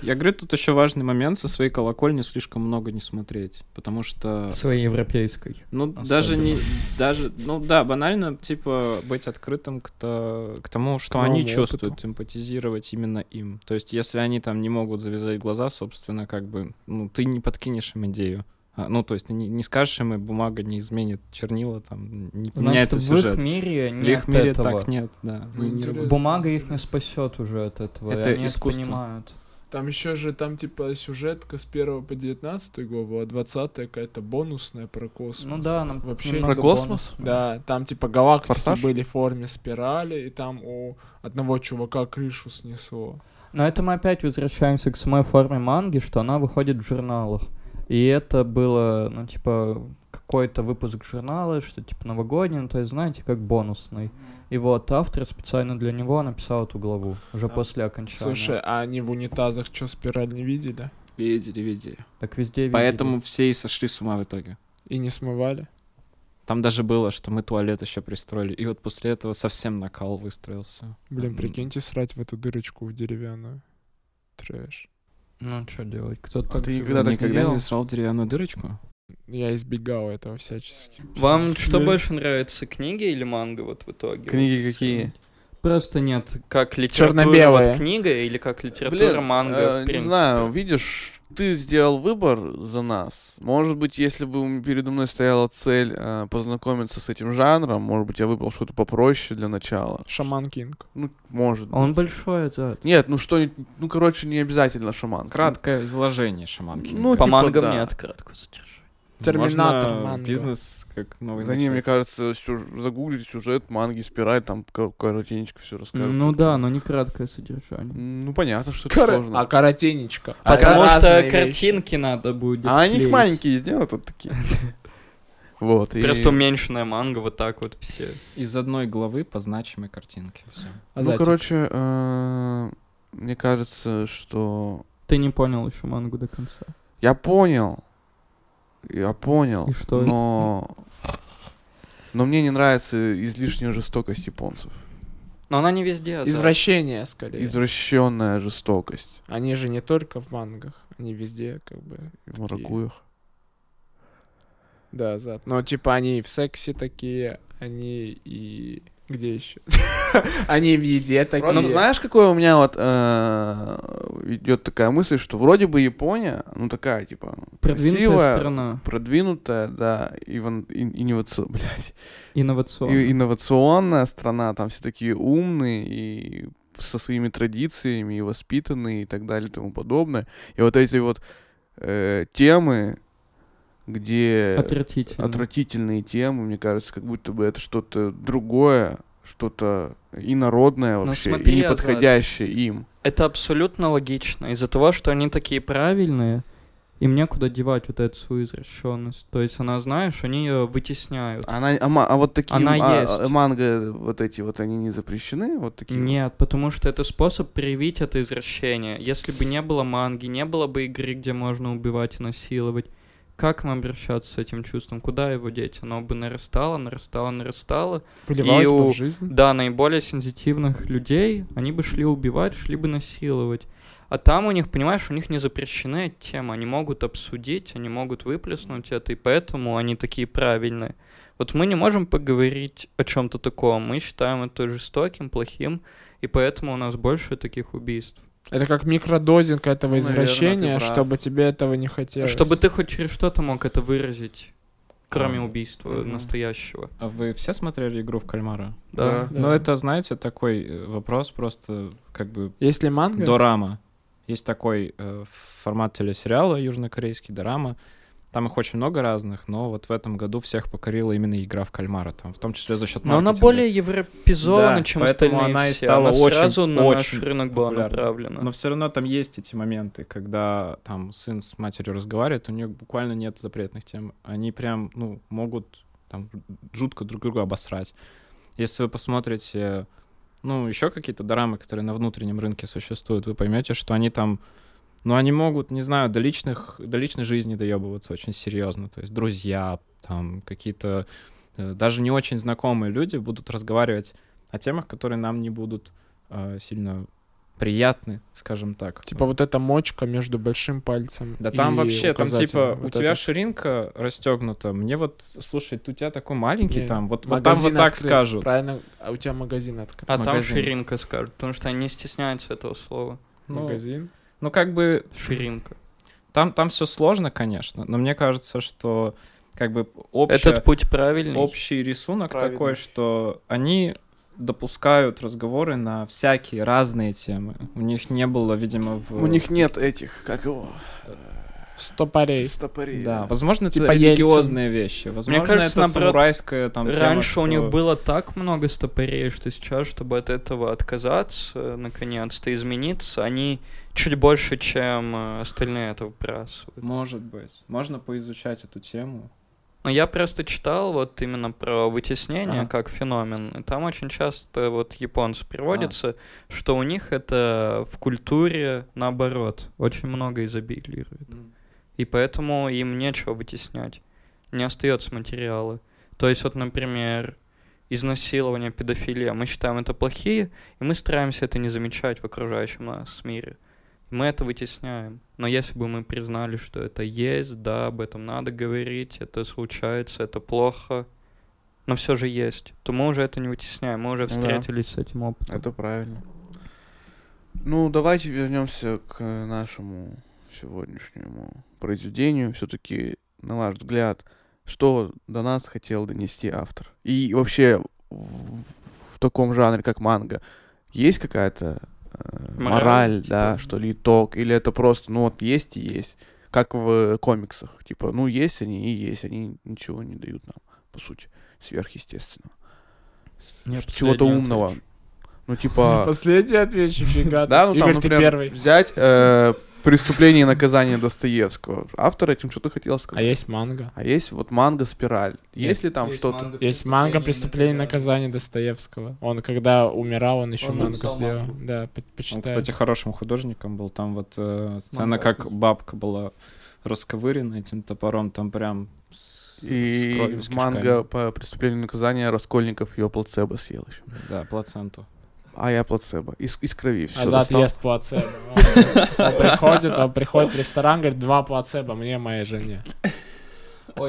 S2: Я говорю, тут еще важный момент, со своей колокольни слишком много не смотреть, потому что...
S5: Своей европейской.
S2: Ну,
S5: Особенно.
S2: даже не... Даже, ну да, банально, типа, быть открытым к, то- к тому, что
S1: К
S2: они
S1: новому
S2: чувствуют,
S1: опыту.
S2: эмпатизировать именно им. То есть, если они там не могут завязать глаза, собственно, как бы, ну, ты не подкинешь им идею. А, ну, то есть, ты не, не скажешь им, и бумага не изменит чернила, там, не
S5: Значит,
S2: поменяется
S5: в их
S2: сюжет.
S5: мире
S2: В
S5: нет
S2: их мире
S5: этого.
S2: так нет, да.
S1: Ну,
S2: Не
S1: интересно.
S2: работает.
S5: Бумага их не спасет уже от этого,
S2: Это
S5: и они
S2: искусство.
S5: это понимают. Ну
S1: Там еще же, там, типа, сюжетка с 1 по 19 главу, а 20 какая-то бонусная про космос.
S5: Ну да, нам
S1: Вообще
S5: немного
S3: Про космос?
S5: бонусов.
S1: Да, там типа галактики
S3: Форсаж?
S1: были в форме спирали, и там у одного чувака крышу снесло.
S5: Но это мы опять возвращаемся к самой форме манги, что она выходит в журналах. И это было, ну, типа, какой-то выпуск журнала, что, типа, новогодний, ну, то есть, знаете, как бонусный. И вот автор специально для него написал эту главу, уже
S1: Да.
S5: после окончания.
S1: Слушай, а они в унитазах что, спираль не видели?
S2: Видели, видели.
S5: так везде видели.
S2: Поэтому все и сошли с ума в итоге.
S1: И не смывали?
S2: Там даже было, что мы туалет еще пристроили. И вот после этого совсем накал выстроился.
S1: Блин,
S2: М.
S1: прикиньте срать в эту дырочку в деревянную. Трэш.
S8: Ну, что делать? Кто-то
S3: А
S8: так
S3: ты
S8: живет.
S3: никогда так не
S2: никогда
S3: делал?
S2: не срал в деревянную дырочку?
S1: Я избегал этого всячески.
S5: Вам
S1: Блин.
S5: что больше нравится, книги или манго вот в итоге?
S3: Книги
S5: Вот,
S3: какие?
S8: Просто нет.
S5: Как литература
S1: Чёрно-белая.
S5: вот книга или как литература
S3: Блин,
S5: манго,
S3: э,
S5: в
S3: не
S5: принципе?
S3: знаю, видишь, ты сделал выбор за нас. Может быть, если бы у м- передо мной стояла цель э, познакомиться с этим жанром, может быть, я выбрал что-то попроще для начала.
S1: Шаман Кинг.
S3: Ну, может.
S8: А Он большой, этот.
S3: Нет, ну что, ну, короче, не обязательно шаман.
S2: Краткое изложение шаманки.
S3: Ну,
S5: По
S3: типа,
S5: мангам
S3: да.
S5: нет, кратко содержание.
S1: Терминатор
S2: Можно
S1: манго.
S2: бизнес как новый
S3: Ну, За ним, мне
S2: начать.
S3: кажется, сюж- загуглить сюжет, манги, спираль, там кор- коротенечко все расскажут.
S8: Ну да, но не краткое содержание.
S3: Ну, понятно, что это
S1: Кара-
S3: сложно.
S1: А каратенечка.
S5: Потому
S1: Это
S5: что
S1: разные вещи.
S5: э, картинки надо
S8: Надо будет
S3: А они их
S8: клеить.
S3: маленькие сделают вот такие. Вот. и-
S5: Просто уменьшенная манго, вот так вот все.
S2: Из одной главы по значимой картинке. Все.
S1: А
S3: Ну,
S1: зайчик?
S3: короче, э, мне кажется, что...
S8: Ты не понял еще мангу до конца.
S3: Я понял. Я понял.
S8: И что
S3: но... Но мне не нравится излишняя жестокость японцев.
S5: Но она не везде. да.
S1: Извращение, скорее.
S3: Извращенная жестокость
S1: Они же не только в мангах, они везде, как бы.
S3: в маракуях.
S1: Да, зад. Но типа они и в сексе такие, они и где еще? Они в еде такие.
S3: Просто знаешь, какое у меня вот э, идет такая мысль, что вроде бы Япония, ну такая, типа,
S8: Продвинутая
S3: красивая,
S8: страна.
S3: продвинутая, да, иван- ин- инноваци- блядь,
S8: Инновационная.
S3: И- инновационная страна, там все такие умные и со своими традициями и воспитанные и так далее и тому подобное. И вот эти вот э,
S8: э,
S3: темы, где
S8: Отвратительно.
S3: отвратительные темы, мне кажется, как будто бы это что-то другое, что-то инородное
S5: Ну,
S3: вообще,
S5: смотри,
S3: и
S5: Азат.
S3: неподходящее им.
S5: Это абсолютно логично. Из-за того, что они такие правильные.
S8: Правильные. И мне куда девать вот эту свою извращенность. То есть она, знаешь, они ее вытесняют.
S3: Она, а, ма- а вот такие
S5: Она
S3: м- а-
S5: есть.
S3: а манго, вот эти вот, они не запрещены? Вот такие?
S5: Нет, потому что это способ привить это извращение. Если бы не было манги, не было бы игры, где можно убивать и насиловать, как им обращаться с этим чувством? Куда его деть? Оно бы нарастало, нарастало, нарастало.
S1: Вливалось
S5: и
S1: бы
S5: у-
S1: в жизнь.
S5: Да, наиболее сензитивных людей, они бы шли убивать, шли бы насиловать. А там у них, понимаешь, у них не запрещены эти темы. Они могут обсудить, они могут выплеснуть это, и поэтому они такие правильные. Вот мы не можем поговорить о чем-то таком. Мы считаем это жестоким, плохим, и поэтому у нас больше таких убийств.
S1: Это как микродозинг этого
S3: Ну, наверное, ты
S1: извращения,
S3: прав.
S1: чтобы тебе этого не хотелось.
S5: Чтобы ты хоть через что-то мог это выразить, кроме
S2: А,
S5: убийства
S1: мгм.
S5: настоящего.
S2: А вы все смотрели игру в кальмара?
S5: Да.
S1: Да.
S2: Ну, это, знаете, такой э, вопрос просто как бы
S1: Если манга...
S2: Дорама. Есть такой э, формат телесериала южнокорейский, Дорама. Там их очень много разных, но вот в этом году всех покорила именно игра в кальмара, там, в том числе за счет
S5: Но она более европезована,
S2: Да,
S5: чем
S2: поэтому
S5: остальные
S2: она и
S5: все.
S2: стала
S5: она
S2: очень-
S5: сразу на наш
S2: очень Ну,
S5: рынок была
S2: популярна.
S5: направлена.
S2: Но все равно там есть эти моменты, когда там сын с матерью разговаривает, у нее буквально нет запретных тем. Они прям, ну, могут там жутко друг друга обосрать. Если вы посмотрите, ну, еще какие-то дорамы, которые на внутреннем рынке существуют, вы поймете, что они там, ну, они могут, не знаю, до личных, до личной жизни доебываться очень серьезно. То есть друзья, там какие-то э, даже не очень знакомые люди будут разговаривать о темах, которые нам не будут э, сильно приятны, скажем так.
S1: Типа вот эта мочка между большим пальцем
S2: Да там
S1: и
S2: вообще, там типа,
S1: указателем.
S2: у
S1: Вот
S2: тебя
S1: это.
S2: ширинка расстегнута, мне вот, слушай, у тебя такой маленький
S1: Не,
S2: там, вот, вот там вот
S1: магазин
S2: так
S1: открыт,
S2: скажут.
S1: Правильно, а у тебя магазин открыт.
S5: А там
S2: магазин.
S5: ширинка скажут, потому что они не стесняются этого слова.
S2: Ну,
S1: Магазин.
S2: ну, как бы,
S5: Ширинка.
S2: там, там все сложно, конечно, но мне кажется, что как бы общая,
S5: Этот путь правильный.
S2: общий рисунок
S3: Правильно.
S2: такой, что они допускают разговоры на всякие разные темы. У них не было, видимо, в...
S3: У них нет этих, как его, э,
S1: Стопорей.
S3: стопорей.
S2: Да, возможно, это
S1: Типа
S2: религиозные вещи. Возможно,
S5: кажется,
S2: это
S5: наоборот,
S2: самурайская там тема,
S5: Раньше у них
S2: что-
S5: было так много стопорей, что сейчас, чтобы от этого отказаться, наконец-то измениться, они чуть больше, чем э, остальные это выбрасывают.
S2: Может быть. Можно поизучать эту тему.
S5: Но я просто читал вот именно про вытеснение
S2: Ага.
S5: как феномен. И там очень часто вот японцы приводятся, что у них это в культуре наоборот. Очень много изобилирует. И поэтому им нечего вытеснять. Не остается материала. То есть, вот, например, изнасилование, педофилия, мы считаем это плохие, и мы стараемся это не замечать в окружающем нас мире. Мы это вытесняем. Но если бы мы признали, что это есть, да, об этом надо говорить, это случается, это плохо, но все же есть, то мы уже это не вытесняем, мы уже
S3: Ну Да.
S5: встретились с этим опытом.
S3: Это правильно. Ну, давайте вернемся к нашему сегодняшнему произведению. Все-таки, на ваш взгляд, что до нас хотел донести автор? И вообще, в, в таком жанре, как манга, есть какая-то э,
S5: Мораль,
S3: мораль, да,
S5: типа?
S3: что ли, итог? Или это просто, ну, вот есть и есть? Как в комиксах. Типа, ну, есть они и есть. Они ничего не дают нам, по сути, сверхъестественного.
S5: Я
S3: Чего-то
S5: последний
S3: умного.
S5: отвечу.
S3: Ну,
S2: а.
S3: типа...
S1: Последний отвечу, фига.
S3: Да, ну
S1: ты. Игорь,
S3: там,
S1: ты
S3: например,
S1: первый.
S3: взять э, «Преступление и наказание» Достоевского. Автор этим что-то хотел
S1: А
S3: сказать.
S1: есть манга.
S3: А есть вот манга «Спираль». Есть ли там
S5: Есть
S3: что-то?
S5: манга
S1: Есть манга
S5: «Преступление и
S1: «Преступление и наказание» Достоевского. Он, когда умирал, он еще
S5: Он
S1: мангу
S5: написал
S1: сделал.
S5: мангу.
S1: Да, по-
S2: Он,
S1: почитай.
S2: кстати, хорошим художником был. Там вот э, сцена,
S3: Мангак
S2: как
S3: есть.
S2: бабка была расковырена этим топором, там прям с, с
S3: И
S2: кровью, с
S3: манга по «Преступлению и наказанию» Раскольников ее плацебо съел еще.
S2: кишками. Да, плаценту.
S3: А я плацебо. Из, из крови все
S1: А за отъезд плацебо. Он он приходит, он приходит в ресторан, говорит, два плацебо, мне и моей жене.
S5: Ой,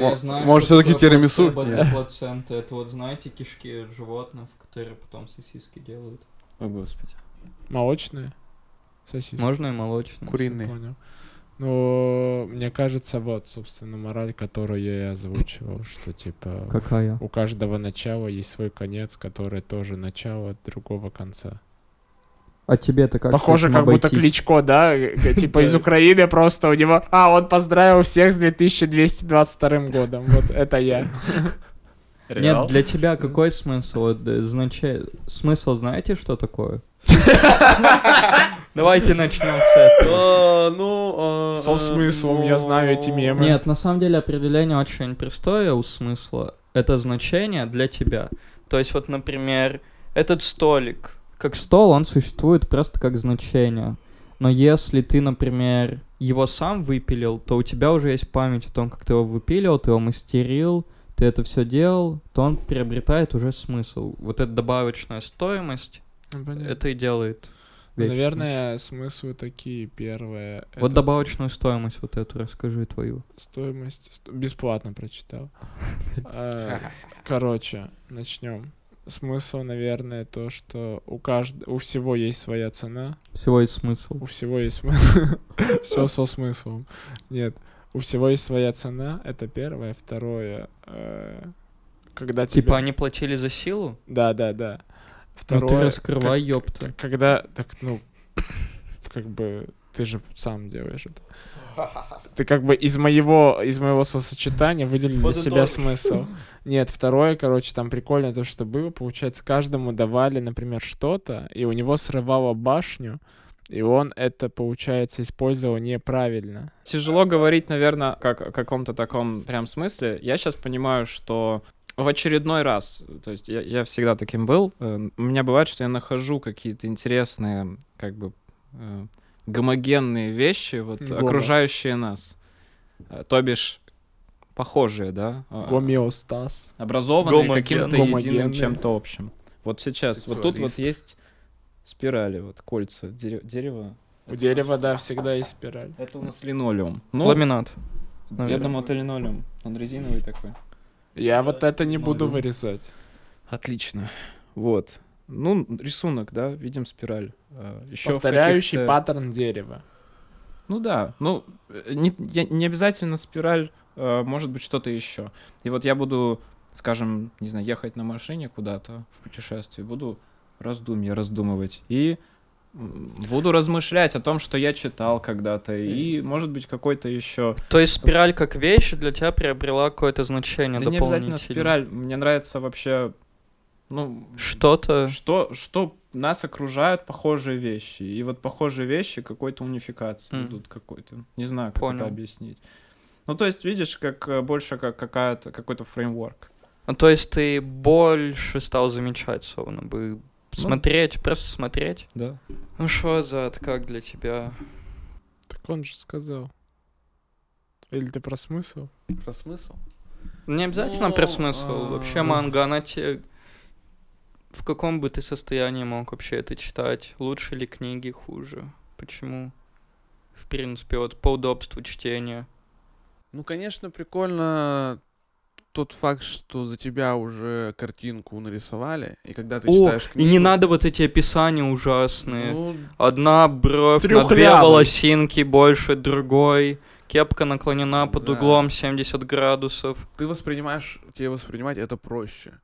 S3: Мо-
S5: я знаю,
S3: может,
S5: что
S3: всё-таки
S5: такое
S3: тирамису?
S5: плацебо
S3: Нет.
S5: для плаценты. Это вот, знаете, кишки от животных, которые потом сосиски делают.
S2: О, господи.
S1: Молочные сосиски.
S5: Можно и молочные.
S1: Всё
S3: Куриные.
S1: понял. Ну, мне кажется, вот, собственно, мораль, которую я и озвучивал, что, типа,
S5: Какая?
S1: у каждого начала есть свой конец, который тоже начало другого конца.
S5: А тебе-то как? с
S1: Похоже,
S5: этим
S1: как будто
S5: обойтись?
S1: Кличко, да? э, Типа из
S5: Да.
S1: Украины просто у него... А, он поздравил всех с 2222 годом. Вот это я.
S5: Нет, для тебя какой смысл? Вот, э, значи- Смысл знаете, что такое? Давайте начнем с этого.
S3: Ну... э,
S1: Со
S3: э,
S1: смыслом, я знаю эти мемы.
S5: Нет, на самом деле определение очень простое у смысла. Это значение для тебя. То есть вот, например, этот столик, как стол, он существует просто как значение. Но если ты, например, его сам выпилил, то у тебя уже есть память о том, как ты его выпилил, ты его мастерил, ты это все делал, то он приобретает уже смысл. Вот эта добавочная стоимость,
S1: Ну, понятно.
S5: это и делает.
S1: Ну,
S5: вечность.
S1: Наверное, смыслы такие. Первое...
S5: Вот
S1: это
S5: добавочную стоимость вот эту расскажи твою.
S1: Стоимость... ст- Бесплатно прочитал. Э, Короче, начнем. Смысл, наверное, то, что у кажд... у всего есть своя цена,
S5: Всего есть смысл.
S1: у всего есть все со смыслом. Нет, у всего есть своя цена. Это первое, второе. э, Когда
S5: Типа
S1: тебя...
S5: они платили за силу?
S1: Да, да, да.
S5: Ну ты
S1: Второе.
S5: раскрывай, ёпта.
S1: к- Когда так, ну, как бы ты же сам делаешь это. Ты как бы из моего, из моего сочетания выделил для себя смысл. Нет, второе, короче, там прикольно то, что было. Получается, каждому давали, например, что-то, и у него срывало башню, и он это, получается, использовал неправильно.
S2: Тяжело говорить, наверное, как о каком-то таком прям смысле. Я сейчас понимаю, что в очередной раз, то есть я, я всегда таким был, э, у меня бывает, что я нахожу какие-то интересные, как бы, э, гомогенные вещи, вот,
S1: Гомо.
S2: окружающие нас. Э, То бишь, похожие, да? Э,
S1: Гомеостаз.
S2: Образованные
S5: Гомоген.
S2: каким-то единым
S1: Гомогенные.
S2: чем-то общим. Вот сейчас, вот тут вот
S3: Сексуалист.
S2: есть спирали, вот кольца, дере- дерево.
S1: У дерева, да, всегда есть спираль.
S2: Это у нас линолеум. Ну,
S5: Ламинат.
S2: я
S5: Наверное.
S2: думал, это линолеум. Он резиновый такой.
S1: Я вот это не буду
S2: Молодец.
S1: вырезать.
S2: Отлично. Вот. Ну, рисунок, да, видим спираль. Э, Еще в
S1: Повторяющий
S2: каких-то-
S1: паттерн дерева.
S2: Ну да, ну, э, не, я- не обязательно спираль, э, может быть, что-то еще. И вот я буду, скажем, не знаю, ехать на машине куда-то в путешествие, буду раздумья раздумывать и м, буду размышлять о том, что я читал когда-то, и, может быть, какой-то еще...
S5: То есть спираль как вещь для тебя приобрела какое-то значение
S2: Да не
S5: дополнительное.
S2: обязательно спираль, мне нравится вообще, ну,
S5: Что-то.
S2: что, что нас окружают похожие вещи. И вот похожие вещи к какой-то унификации
S5: Мгм.
S2: идут какой-то. Не знаю, как
S5: Понял.
S2: это объяснить. Ну, то есть, видишь, как э, больше как какая-то, какой-то фреймворк.
S5: Ну, То есть ты больше стал замечать, словно бы смотреть, просто смотреть.
S2: Да.
S5: Ну что за это как для тебя?
S1: Так он же сказал. Или ты про смысл?
S3: Про смысл?
S5: Не обязательно
S3: Ну,
S5: про смысл.
S3: а,
S5: Вообще
S3: ну,
S5: манга, она те... В каком бы ты состоянии мог вообще это читать? Лучше ли книги, хуже? Почему? В принципе, вот по удобству чтения.
S3: Ну, конечно, прикольно тот факт, что за тебя уже картинку нарисовали, и когда ты
S5: О,
S3: читаешь
S5: и
S3: книгу...
S5: не надо вот эти описания ужасные.
S3: Ну,
S5: Одна бровь на две
S1: Трёхлявый.
S5: волосинки больше другой. Кепка наклонена под
S3: Да.
S5: углом 70 градусов.
S3: ты воспринимаешь, тебе воспринимать это проще.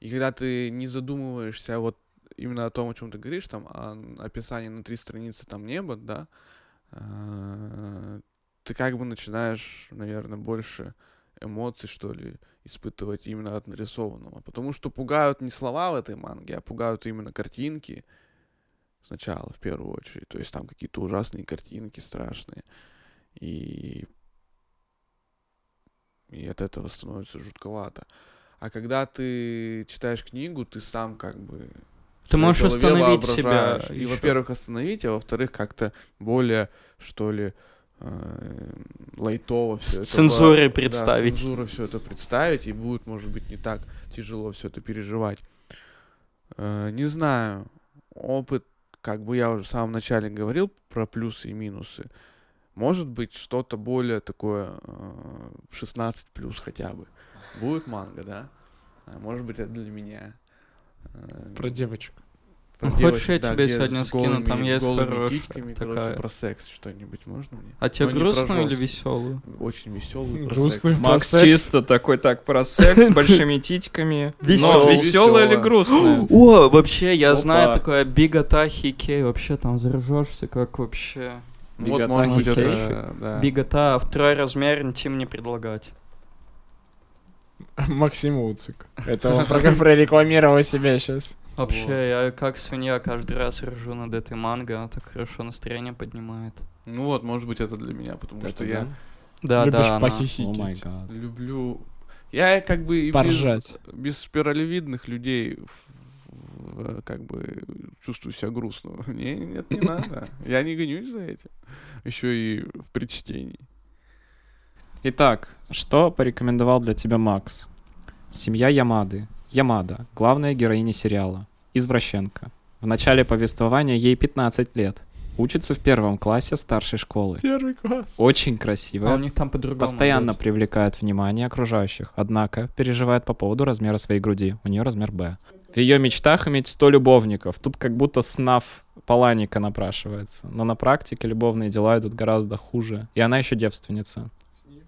S3: И когда ты не задумываешься вот именно о том, о чем ты говоришь, там, о н- описании на три страницы там неба, да, э, ты как бы начинаешь, наверное, больше эмоций, что ли, испытывать именно от нарисованного. Потому что пугают не слова в этой манге, а пугают именно картинки сначала, в первую очередь. То есть там какие-то ужасные картинки, страшные. И и от этого становится жутковато. А когда ты читаешь книгу, ты сам как бы... в
S5: Ты
S3: своей
S5: можешь
S3: голове
S5: остановить себя.
S3: воображаешь. И,
S5: ещё.
S3: во-первых, остановить, а во-вторых, как-то более, что ли, э, лайтово все
S5: С
S3: это.
S5: цензурой
S3: да,
S5: представить.
S3: цензурой все это представить, и будет, может быть, не так тяжело все это переживать. Э, не знаю, опыт, как бы я уже в самом начале говорил про плюсы и минусы, может быть, что-то более такое э, 16 плюс хотя бы. Будет манга, да? А может быть, это для меня. Э,
S1: Про девочек.
S3: про
S5: Ну, хочешь, я тебе
S3: где
S5: сегодня
S3: с
S5: скину,
S3: голыми-
S5: там
S3: с
S5: есть
S3: голыми
S5: хорошая
S3: титьками, короче,
S5: такая.
S3: про секс что-нибудь можно мне?
S5: А тебе
S3: Но Ну, не про
S5: грустную или
S3: жёсткий.
S5: веселую?
S3: Очень веселый
S1: Грустный.
S2: Макс
S1: секс.
S2: чисто такой, так, про секс с большими титьками. Но
S5: Весёлый.
S2: веселое или
S3: Весёлое.
S2: грустное?
S5: О, вообще, я
S2: Опа.
S5: знаю такое Бигота Хикей. Вообще там заражешься, как вообще.
S3: Вот,
S2: Бигота
S3: может быть,
S2: хоккей.
S3: это, да.
S5: Бигота второй размер интим не предлагать.
S1: Максим Уцик. Это он про- прорекламировал себя сейчас.
S5: Вообще,
S3: Вот.
S5: я как свинья каждый раз ржу над этой манго, она так хорошо настроение поднимает.
S3: Ну вот, может быть, это для меня, потому
S2: Это
S3: что
S2: да?
S3: я
S5: Да,
S1: Любишь
S5: да. она-
S2: О май
S1: похихикать.
S2: гад.
S3: люблю... Я как бы и без-
S1: Поржать.
S3: без спиралевидных людей в- в- как бы чувствую себя грустно. Мне нет, не надо. Я не гонюсь за этим. Еще и в причтении.
S2: Итак, что порекомендовал для тебя Макс? Семья Ямады. Ямада, главная героиня сериала. Извращенка. В начале повествования ей 15 лет. Учится в первом классе старшей школы.
S1: Первый класс.
S2: Очень
S5: А у
S2: красивая.
S5: них там по-другому.
S2: Постоянно
S5: идёт.
S2: привлекает внимание окружающих, однако переживает по поводу размера своей груди. У нее размер Б. В ее мечтах иметь 100 любовников. Тут как будто снав Паланика напрашивается. Но на практике любовные дела идут гораздо хуже. И она еще девственница.